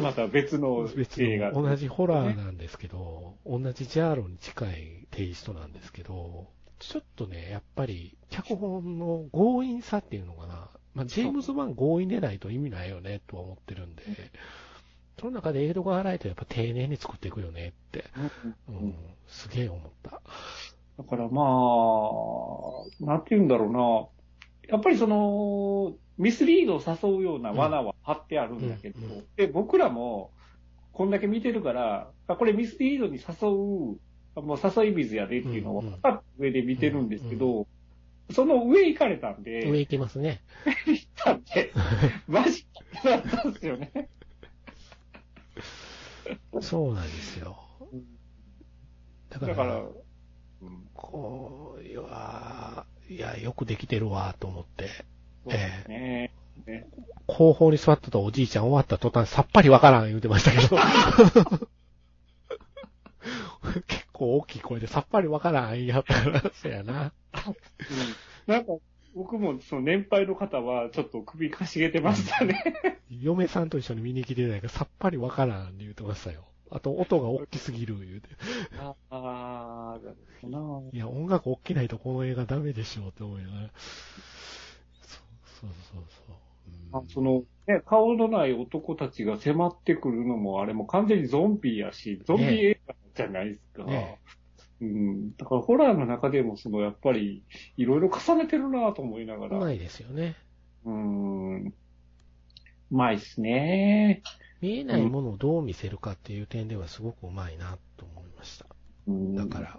S3: また別の
S2: 別
S3: 映画。
S2: の同じホラーなんですけど、同じジャーロに近いテイストなんですけど、ちょっとね、やっぱり、脚本の強引さっていうのかな。まあ、ジェームズ・ワン強引でないと意味ないよね、とは思ってるんで、その中でエドガー・ライトやっぱ丁寧に作っていくよねって、う
S3: うん
S2: ん、すげえ思った。
S3: だからまあ、なんて言うんだろうな。やっぱりその、ミスリードを誘うような罠は張ってあるんだけど、
S2: うんう
S3: で、僕らも、こんだけ見てるから、あ、これミスリードに誘う、あもう誘い水やでっていうのを分かった上で見てるんですけど、その上行かれたんで、
S2: 上行きますね。
S3: 行ったんで、 <laughs> マジだったんですよね。
S2: そうなんですよ。だか
S3: だから、
S2: ら、
S3: うん
S2: こう、いや、いや、よくできてるわ、と思って。
S3: そ
S2: <laughs>
S3: うですね。
S2: 後方に座ってたおじいちゃん終わった途端さっぱりわからん言うてましたけど。 <laughs> 結構大きい声でさっぱりわからん言いやったらしいやな。
S3: うんなんか、僕もその年配の方はちょっと首かしげてましたね。
S2: 嫁さんと一緒に見に来てないからさっぱりわからんって言うてましたよ。あと音が大きすぎる言うて。
S3: ああー、なるほど
S2: いや、音楽大きないとこの映画ダメでしょうって思いながら。そうそうそうそう。
S3: な。
S2: うん
S3: その、ね、顔のない男たちが迫ってくるのも、あれも完全にゾンビやし、ゾンビ映画じゃないですか。
S2: ね
S3: うん。だからホラーの中でも、その、やっぱり、いろいろ重ねてるなと思いなが
S2: うま
S3: ら。
S2: いですよね。
S3: うん。うまいっすね。
S2: 見えないものをどう見せるかっていう点ではすごくうまいなと思いました。
S3: うん
S2: だか。ら。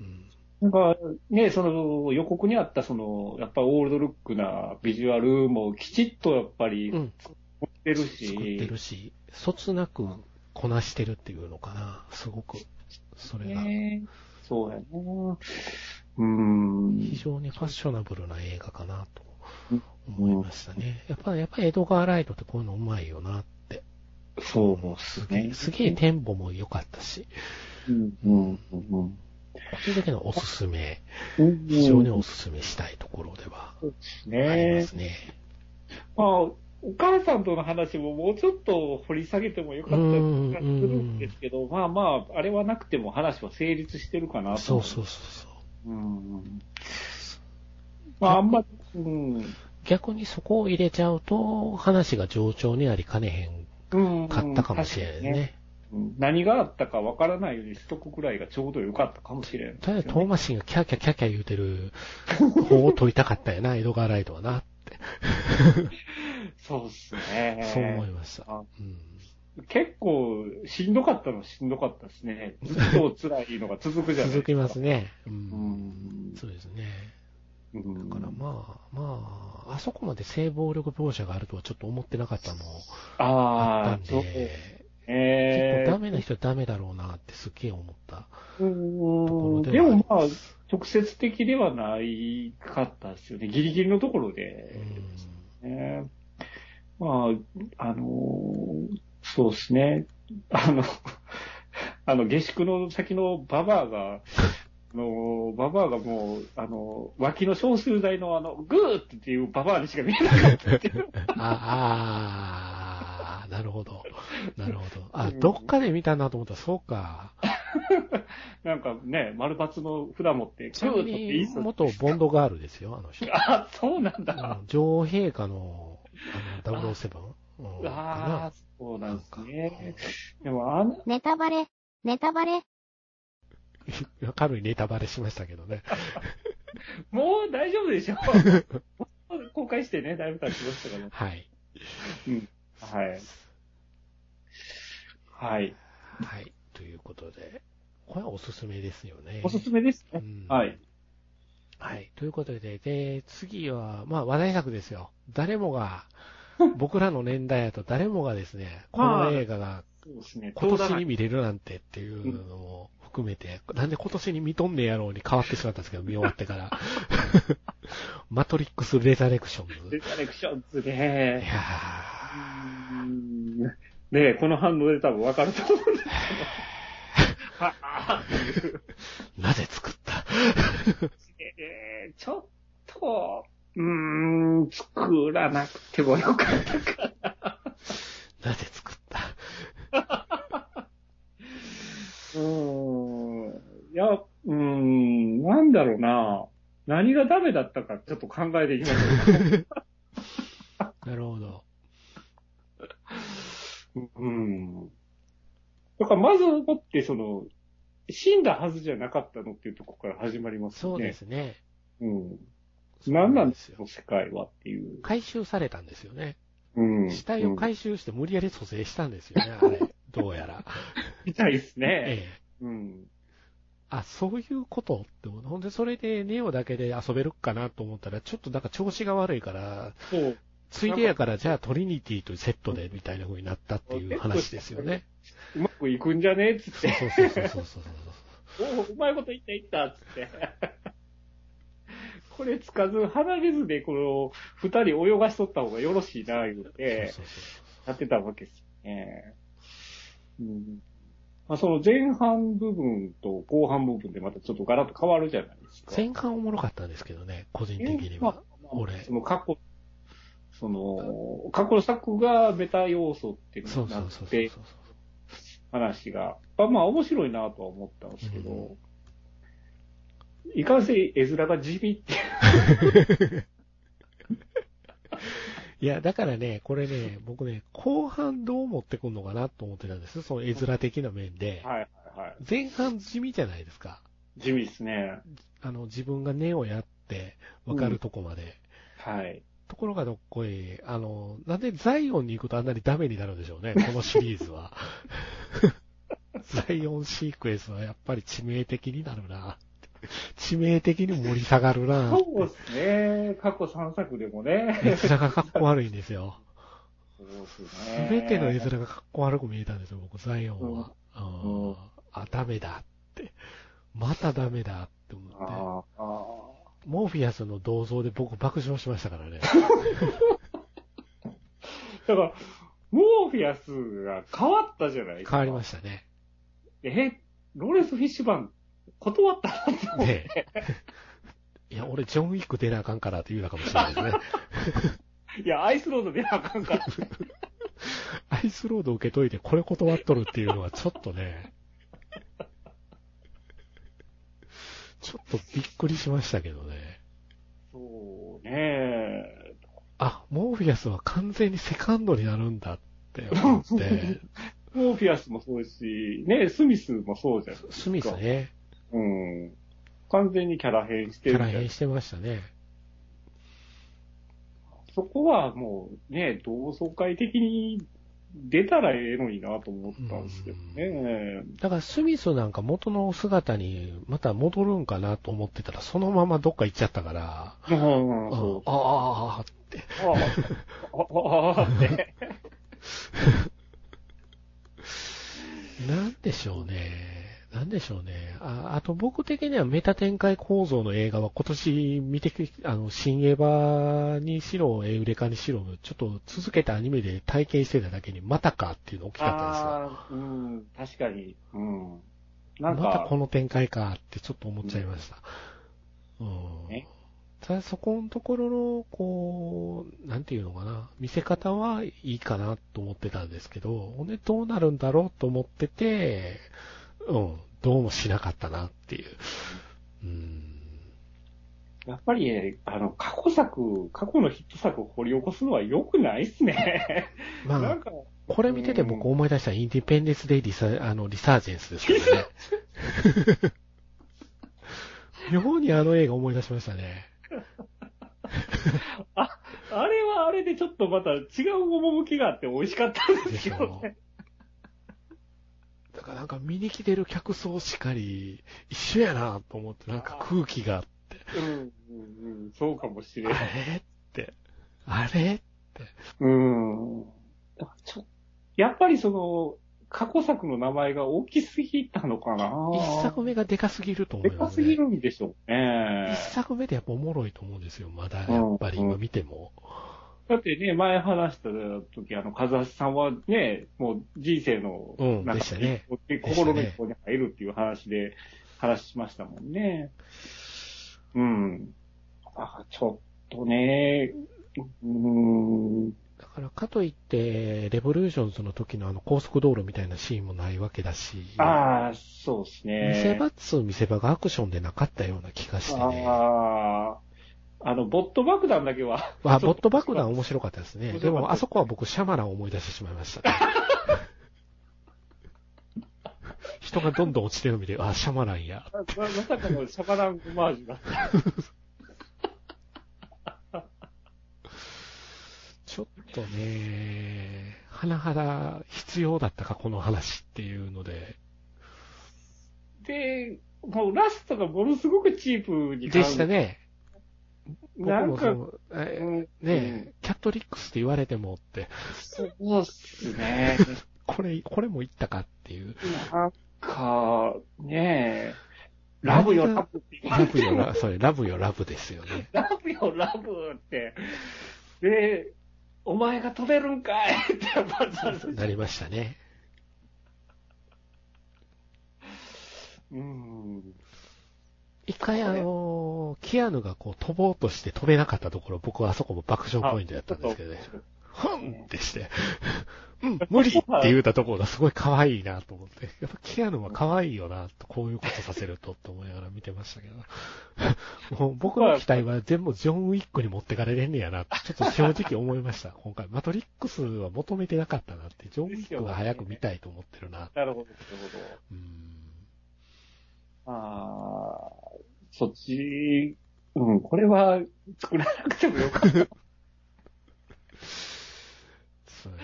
S2: うん
S3: なんか、ね、その、予告にあった、その、やっぱオールドルックなビジュアルも、きちっとやっぱり、
S2: うん
S3: 持ってるし。
S2: 作ってるし、そつなくこなしてるっていうのかな、すごく。それが、
S3: ねそうやな。うーん。
S2: 非常にファッショナブルな映画かなと思いましたね。やっぱ、やっぱエドガー・ライトってこういうのうまいよなって。
S3: そうっ
S2: す
S3: す
S2: げ
S3: ね
S2: え、。すげえテンポも良かったし、
S3: うん、うん、うん。
S2: 個人的なおすすめ、
S3: うん
S2: 非常におすすめしたいところでは
S3: そうです
S2: あり
S3: ね
S2: ま。すね。
S3: まあ、お母さんとの話ももうちょっと掘り下げてもよかった気がするんですけど、まあまあ、あれはなくても話は成立してるかなと。
S2: そうそうそうそう。
S3: う。うん。まあ、あんま、うん。
S2: 逆にそこを入れちゃうと、話が冗長になりかねへ
S3: うん。
S2: んかったかもしれないです
S3: 確かに
S2: ね。
S3: うん何があったかわからないようにしとくくらいがちょうどよかったかもしれない、
S2: ただトーマシンがキャーキャーキャーキャー言うて
S3: <laughs>
S2: る方を撮りたかったよな、江戸川ライトはな。
S3: そうっすね。
S2: そう思いました。
S3: あ
S2: うん、
S3: 結構、しんどかったのしんどかったですね。ずっと辛いのが続くじゃないです
S2: 続
S3: か。
S2: きますね、う。
S3: うんん。
S2: そうですね。
S3: うん。
S2: だからまあ、まあ、あそこまで性暴力描写があるとはちょっと思ってなかったのもあ
S3: あ
S2: っ
S3: あ、
S2: た
S3: そ
S2: ん
S3: う。
S2: で、
S3: え
S2: 結構ダ
S3: ー、
S2: メな人はダメだろうなってすっげえ思った
S3: うん
S2: ところ
S3: で
S2: ではあり
S3: もまあ
S2: ま、す。
S3: 直接的ではないかったですよね。ギリギリのところで。ねまあ、あのーそうですね。あの、 <laughs> あの、下宿の先のババアが、あのーババアがもう、あのー脇の消臭剤のあの、グーっていうババアにしか見えなか
S2: <laughs>
S3: ったっていう。
S2: うんああー、なるほど。なるほど。あ、
S3: うん
S2: どっかで見たなと思ったら、そうか。
S3: なんかね、丸バツの札持って、グ
S2: ちな
S3: ー
S2: み
S3: って言い
S2: に、
S3: そう
S2: 元ボンドガールですよ、あの人。
S3: あ、そうなんだ。 <laughs>
S2: うん女王陛下のあの007うん
S3: ああ
S2: か、
S3: そう
S2: な。
S3: なん
S2: ん
S3: です
S2: か
S3: ね。でも、あの、
S1: ネタバレ、ネタバレ、
S2: うん軽いネタバレしましたけどね。
S3: もう大丈夫で
S2: <laughs>
S3: しょ公開してね、だいぶ経ちましたから。
S2: はい。
S3: はい。はい。
S2: はい。ということで、これはおすすめですよね。
S3: おすすめですね。
S2: うん
S3: はい。
S2: はい。ということで、で、次は、まあ話題作ですよ。誰も
S3: <laughs>
S2: が、僕らの年代だと誰もがですね、こ
S3: まあ
S2: の映画が
S3: そうですね。
S2: 今年
S3: 東
S2: に
S3: 大
S2: 見れるなんてっていうのも含めて、なんで今年に見とんねやろうに変わってしまったんですけど、見終わってから。
S3: <laughs>
S2: マトリックス・レザレクションズ。
S3: レ
S2: い
S3: ザレクションズ
S2: や
S3: ね。う
S2: ー
S3: ーんねこの反応で多分分かると思うんですけど。 <laughs> はあーっていう
S2: なぜ作った
S3: えーちょっと、うーん、作らなくてもよかったか。
S2: なぜ作った
S3: 何がダメだったかちょっと考えていきまし
S2: なるほど。
S3: ょう。うん。だからまずもって、その、死んだはずじゃなかったのっていうところから始まります
S2: そ
S3: よ
S2: うで
S3: ね。
S2: すね。
S3: うん。何なんです
S2: よ。
S3: よ、世界はっていう。
S2: 回収されたんですよね。
S3: うん。
S2: 死体を
S3: うん
S2: 回収して無理やり蘇生したんですよね、あれ。どうや
S3: <laughs>
S2: ら。
S3: みたいですね。
S2: ええ。
S3: うん。
S2: あ、そういうことって思う。ほんで、それでネオだけで遊べるかなと思ったら、ちょっとなんか調子が悪いから、
S3: そう。
S2: ついでやから、じゃあトリニティとセットでみたいな風になったっていう話ですよね。
S3: うまくいくんじゃねえっつっ
S2: そう
S3: て。
S2: そうそうそうそうそう。
S3: おう、うまいこと言った言ったっつって。 <laughs> これつかず離れずで、この二人泳がしとった方がよろしいな、言うて、
S2: そうそうそう
S3: やってたわけですよね。うん。まあ、その前半部分と後半部分でまたちょっとガラッと変わるじゃないですか。
S2: 前半おもろかったんですけどね、個人的には。俺
S3: その過去、その、過去の作がメタ要素っていう
S2: そ
S3: の
S2: う
S3: に
S2: そ
S3: な
S2: う
S3: っ
S2: そうそう
S3: て、話が。まあまあ面白いなとは思ったんですけど、いかんせん絵面が地味って。
S2: いや、だからね、これね、僕ね、後半どう持ってくんのかなと思ってたんです。その絵面的な面で。
S3: はいはいはい。
S2: 前半地味じゃないですか。
S3: 地味ですね。
S2: あの、自分が根をやって、わかるとこまで。
S3: はい。
S2: ところがどっこい、あの、なんでザイオンに行くとあんなにダメになるんでしょう
S3: <laughs>
S2: ね、このシリーズは。ザイオンシークエンスはやっぱり致命的になるな。致命的に盛り下がるな
S3: そ。うですね。過去3作でもね。
S2: <laughs> 絵面がかっこ悪いんです
S3: <laughs>
S2: よ。
S3: そうです
S2: すべての絵面がかっこ悪く見えたんですよ、僕、ザイオンは。
S3: うん
S2: うんあ、ダメだって。またダメだって思って。
S3: あああ
S2: モーフィアスの銅像で僕爆笑しましたからね。
S3: あだから、モーフィアスが変わったじゃないですか。
S2: 変わりま
S3: し
S2: したね。
S3: た。え、ローレンス・フィッシュバン、断ったなって思って
S2: ねえ。いや、俺、ジョンウィック出なあかんからって言うなかもしれないですね。
S3: <laughs> いや、アイスロード出なあかんから。
S2: アイスロード受けといて、これ断っとるっていうのはちょっとね、ちょっとびっくりしましたけどね。
S3: そうね。
S2: あ、モーフィアスは完全にセカンドになるんだって思
S3: <laughs>
S2: って、
S3: モーフィアスもそうですし、ね、スミスもそうじゃん。
S2: スミスね、
S3: うん。完全にキャラ変し
S2: キ
S3: て
S2: ャ
S3: る
S2: ラ
S3: みたい
S2: 変
S3: な。
S2: してましたね。
S3: そこはもうね、同窓会的に出たらええのになと思ったんですけどね。
S2: だからスミスなんか元の姿にまた戻るんかなと思ってたら、そのままどっか行っちゃったから、
S3: うん、
S2: あ
S3: そ
S2: ああ、ああ、
S3: う。ああ、ああ、ね。
S2: なんでしょうね。なんでしょうね。ああと僕的にはメタ展開構造の映画は今年見てき、あの、新エヴァにしろ、エウレカにしろ、ちょっと続けたアニメで体験してただけに、またかっていうの大きかったですよ。
S3: ああ、うん、確かに。うん。なん
S2: また
S3: か、
S2: この展開かってちょっと思っちゃいました。うん。
S3: ね
S2: ただそこのところの、こう、なんていうのかな、見せ方はいいかなと思ってたんですけど、ほんでどうなるんだろうと思ってて、うん、どうもしなかったなっていう。うん。
S3: やっぱりね、あの、過去作、過去のヒット作を掘り起こすのは良くないっすね。な
S2: まあ
S3: ん、か、
S2: これ見てて僕思い出したインディペンデンスデイリサ、あの、リサージェンスですよね。
S3: <laughs>
S2: 妙にあの映画思い出しましたね。
S3: あれはあれでちょっとまた違う趣があって美味しかったんで
S2: ですし
S3: よ
S2: ょ
S3: ね。
S2: だからなんか見に来てる客層しかり、一緒やなと思って、なんか空気が、
S3: うん、うん、うん、そうかもしれ
S2: あ
S3: ん。
S2: れって、あれ
S3: うん。だからちょやっぱりその、過去作の名前が大きすぎたのかな
S2: 一作目がでかすぎると思い
S3: で
S2: ま
S3: か
S2: す
S3: すぎ
S2: ね。
S3: るんでしょうね
S2: 一。作目でやっぱおもろいと思うんですよ、まだやっぱり今見ても。
S3: だってね、前話した時、あの、風橋さんはね、もう人生の、
S2: うん
S3: なん
S2: で
S3: か
S2: したね
S3: 心の一歩に入るっていう話で、話しましたもんね。うん。あ、ちょっとね、うーん。
S2: だからかといって、レボリューションズの時のあの高速道路みたいなシーンもないわけだし、
S3: ああ、そうですね。
S2: 見せ場っつう見せ場がアクションでなかったような気がしてね。
S3: ああ、あの、ボット爆弾だけは、 <laughs>
S2: まあ、ボット爆弾面白かったですね。
S3: 面
S2: で
S3: 白かった
S2: も、あそこは僕、シャマランを思い出してしまいま
S3: <laughs>
S2: した、ね。人がどんどん落ちてるの見て、あ、シャマランや。
S3: ままさかのシャバランオマージュが。
S2: ちょっとね、甚だ必要だったか、この話っていうので。
S3: で、もうラストがものすごくチープに
S2: でした。ね。僕
S3: なん
S2: もそ
S3: か、
S2: の、え
S3: うん
S2: ねえ、キャットリックスって言われてもって、
S3: そうっすね。
S2: これ、これも言ったかっていう。
S3: なんか、ねえ、ラブよ、ラブって言わ
S2: ラ
S3: れ
S2: ブ
S3: て
S2: よ、
S3: も
S2: ラ、それ、ラブよ、ラブですよね。
S3: ラブよ、ラブって。で、お前が飛べるんかいってやっぱなる
S2: なりましたね。
S3: うん。
S2: 一回あのー、キアヌがこう飛ぼうとして飛べなかったところ、僕はあそこも爆笑ポイントやったんですけどね。ふんってして、 <laughs> うん、無理って言うたところがすごい可愛いなと思って。 <laughs> やっぱキアヌは可愛いよな、とこういうことさせると、と思いながら見てましたけど。 <laughs> もう僕の期待は全部ジョン・ウィックに持ってかれれんねやな、ちょっと正直思いま <laughs> した。今回、マトリックスは求めてなかったなって、ジョン・ウィックが早く見たいと思ってるな。
S3: なるほど、なるほど。
S2: うん
S3: ああ、そっち、うん、これは作らなくてもよかった。
S2: そうやな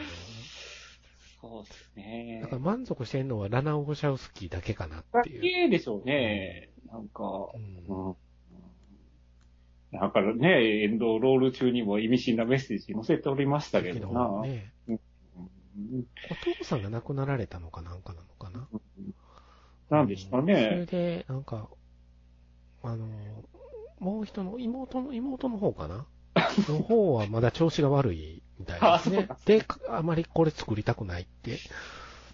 S3: そうですね <laughs>
S2: だから満足してんのはラナ・オゴシャウスキーだけかな
S3: だ
S2: っていう。
S3: けでしょうね。なんか、
S2: うん
S3: うん。だからね、エンドロール中にも意味深なメッセージ載せておりましたけどな。
S2: ね、
S3: うん
S2: お父さんが亡くなられたのかなんかなのかな。
S3: なんですか
S2: うん
S3: ね。
S2: それで、なんか、あの、もう人の妹の、妹の方か
S3: <laughs>
S2: なの方はまだ調子が悪いみたいですね。で、あまりこれ作りたくないって言っ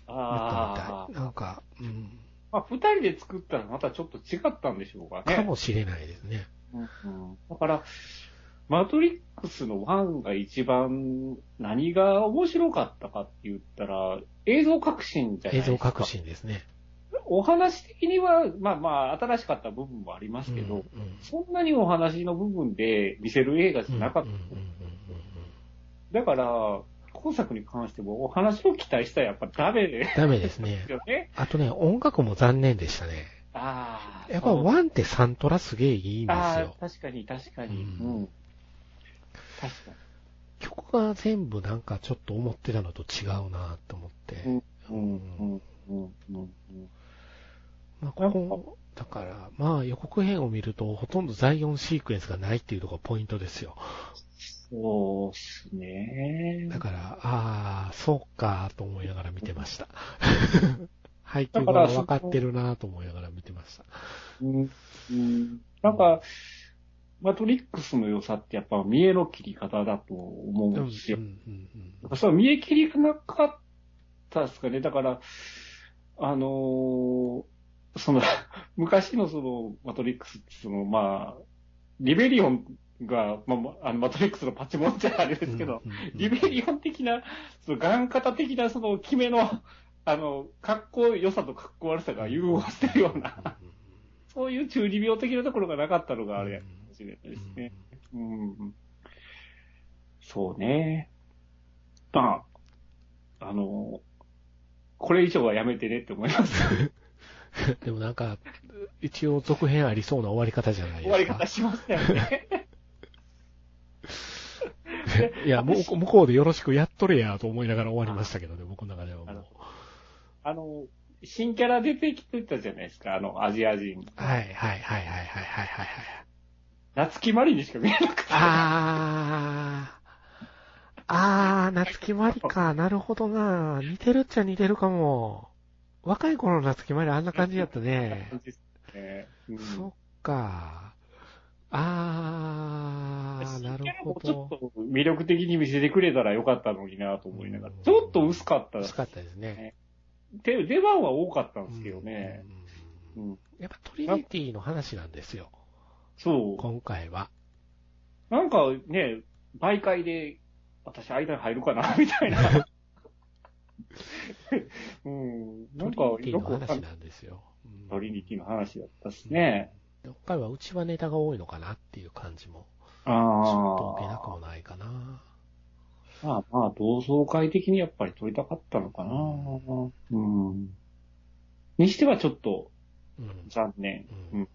S2: た
S3: あ
S2: み
S3: あ。
S2: たい。なんか、うん、
S3: まあ、二人で作ったらまたちょっと違ったんでしょうかね。
S2: かもしれないですね。
S3: うんだから、マトリックスの1が一番何が面白かったかって言ったら、映像革新じゃない
S2: 映
S3: ですか。
S2: 像革。新ですね。
S3: お話的には、まあまあ、新しかった部分もありますけど、
S2: うんうん
S3: そんなにお話の部分で見せる映画じゃなかった。
S2: うんうんうんうんうん
S3: だから、今作に関してもお話を期待したらやっぱダメで
S2: ダメですね
S3: す。よね。
S2: あとね、音楽も残念でしたね。
S3: ああ。
S2: やっぱ
S3: そう
S2: ワンってサントラすげえいいんです
S3: あ
S2: よ。
S3: あ、確かに確かに。
S2: う
S3: うんん。確か
S2: 曲が全部なんかちょっと思ってたのと違うなと思って。
S3: うんに。うん、うん、うん、うん。うん
S2: まあ、ここ、だから、まあ予告編を見るとほとんどザイオンシークエンスがないっていうところがポイントですよ。
S3: そうっすね。
S2: だから、ああ、そうかと思いながら見てま
S3: <laughs>
S2: した。配球
S3: だか
S2: が
S3: らそ
S2: 分
S3: の
S2: かってるなと思いながら見てました。
S3: うんうんなんか、マトリックスの良さってやっぱ見えの切り方だと思う
S2: うんうんん
S3: ですよ。
S2: うんうん
S3: そう、見え切りがなかったですかね。だから、あのーその、 <laughs> 昔のその、マトリックスってその、まあ、リベリオンが、まあまあ、あのマトリックスのパチモンじゃあれですけど、
S2: うんうんうん
S3: リベリオン的な、その、ガン型的な、その、決めの、 <laughs> あの、格好良さと格好悪さが融合してるような、
S2: うんうんうん
S3: そういう中二病的なところがなかったのがあれかもしれないですね。うん。そうね。まあ、あの、これ以上はやめてねって思います。
S2: でもなんか、一応続編ありそうな終わり方じゃないです
S3: 終
S2: か。
S3: わり方しましたよ <laughs> ね。
S2: いや、もう向こうでよろしくやっとれやと思いながら終わりましたけどね、僕の中ではも
S3: なる
S2: う。
S3: ほどあの、新キャラ出てきてたじゃないですか、あの、アジア人。
S2: <laughs> はいはいはいはいはいはいはい。
S3: 夏木マリにしか見えなかった。
S2: あー。あー、夏木まりか。なるほどな。似てるっちゃ似てるかも。若い頃の夏木まりあんな感じやったね。
S3: 感じですね。うん
S2: そっか。あー、なるほ
S3: ちょっ
S2: ど。
S3: と魅力的に見せてくれたらよかったのになと思いながら
S2: うん。
S3: ちょっと薄かった。
S2: 惜しかったですね。
S3: で出番は多かったんですけどね。
S2: うん
S3: うん
S2: やっぱトリニティの話なんですよ、
S3: そ
S2: 今回は。
S3: う。なんかね、媒介で、私間に入るかな、みた
S2: <laughs>
S3: いな。うん、なんか
S2: トリニティ
S3: よ
S2: の
S3: くわか
S2: 話
S3: んない。
S2: なんですよ。うん
S3: トリニティの話だったしね。
S2: どっかはうちはネタが多いのかなっていう感じも、ち
S3: ああ
S2: ょっと受けなくもないかな。
S3: まあまあ、同窓会的にやっぱり撮りたかったのかな。うん。にしてはちょっと
S2: うん。
S3: 残念。
S2: う
S3: うんん。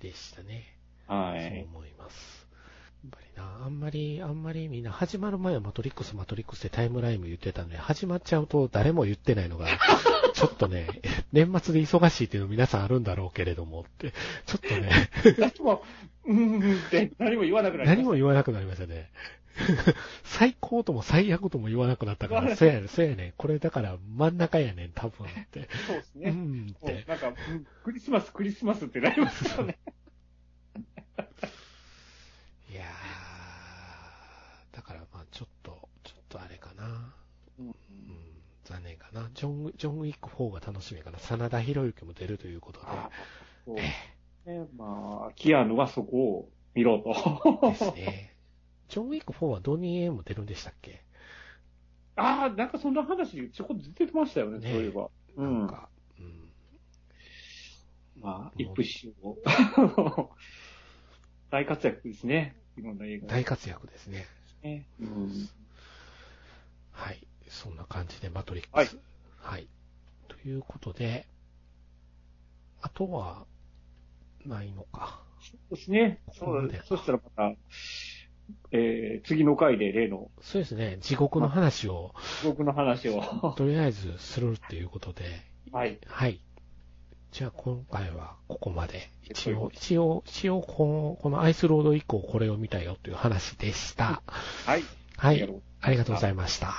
S2: でしたね。
S3: は
S2: そう
S3: い。
S2: 思います。やっぱりな、あんまり、あんまりみんな、始まる前はマトリックス、マトリックスってタイムラインも言ってたんで、始まっちゃうと誰も言ってないの
S3: <laughs>
S2: が、ちょっとね、年末で忙しいっていうの皆さんあるんだろうけれどもって、ちょっとね、
S3: 何も、うんうんって何も言わなくなりました
S2: 何も言わなくなりましたね。 <laughs> 最高とも最悪とも言わなくなったか
S3: 言わな
S2: ら、 <laughs>
S3: い
S2: そうやねん、そうやねん、これだから真ん中やねん、多分 <laughs> って。
S3: そうです
S2: う
S3: ね。
S2: んっ
S3: も
S2: て
S3: う。なんか、うんクリスマス、クリスマスってなりますよね。
S2: いやー、だからまあちょっと、ちょっとあれかな。うん、残念かな。ジョン、ジョンウィック4が楽しみかな。真田広之も出るということ
S3: そうね、まあ、キアヌはそこを見ろ <laughs>
S2: で。
S3: と。
S2: です <laughs> ね。ジョンウィック4はドニー・エーも出るんでしたっけ、
S3: ああ、なんかそんな話、ちょこっと出てましたよね、
S2: ね
S3: そういえば。う
S2: なん
S3: ん。
S2: か、うん。
S3: まあ、一夫一夫を。 <laughs> 大活躍ですね。いろんな映画で
S2: 大活躍ですね。
S3: すね。うん。
S2: はい。そんな感じで、マトリック
S3: はい
S2: ス。はい。ということで、あとは、ないのか。
S3: そうですね。そ
S2: そう
S3: う
S2: だよ
S3: そしたらまた、えー、次の回で例の
S2: そうですね。地獄の話を、
S3: 僕の話 <laughs> を。
S2: とりあえずするっていうことで、
S3: はい。
S2: はい。じゃあ今回はここまで。一
S3: は
S2: 応、一応、一応この、このアイスロード以降これを見たよという話でした。
S3: はい。
S2: は
S3: ありが
S2: い
S3: とう。
S2: ありがとうございました。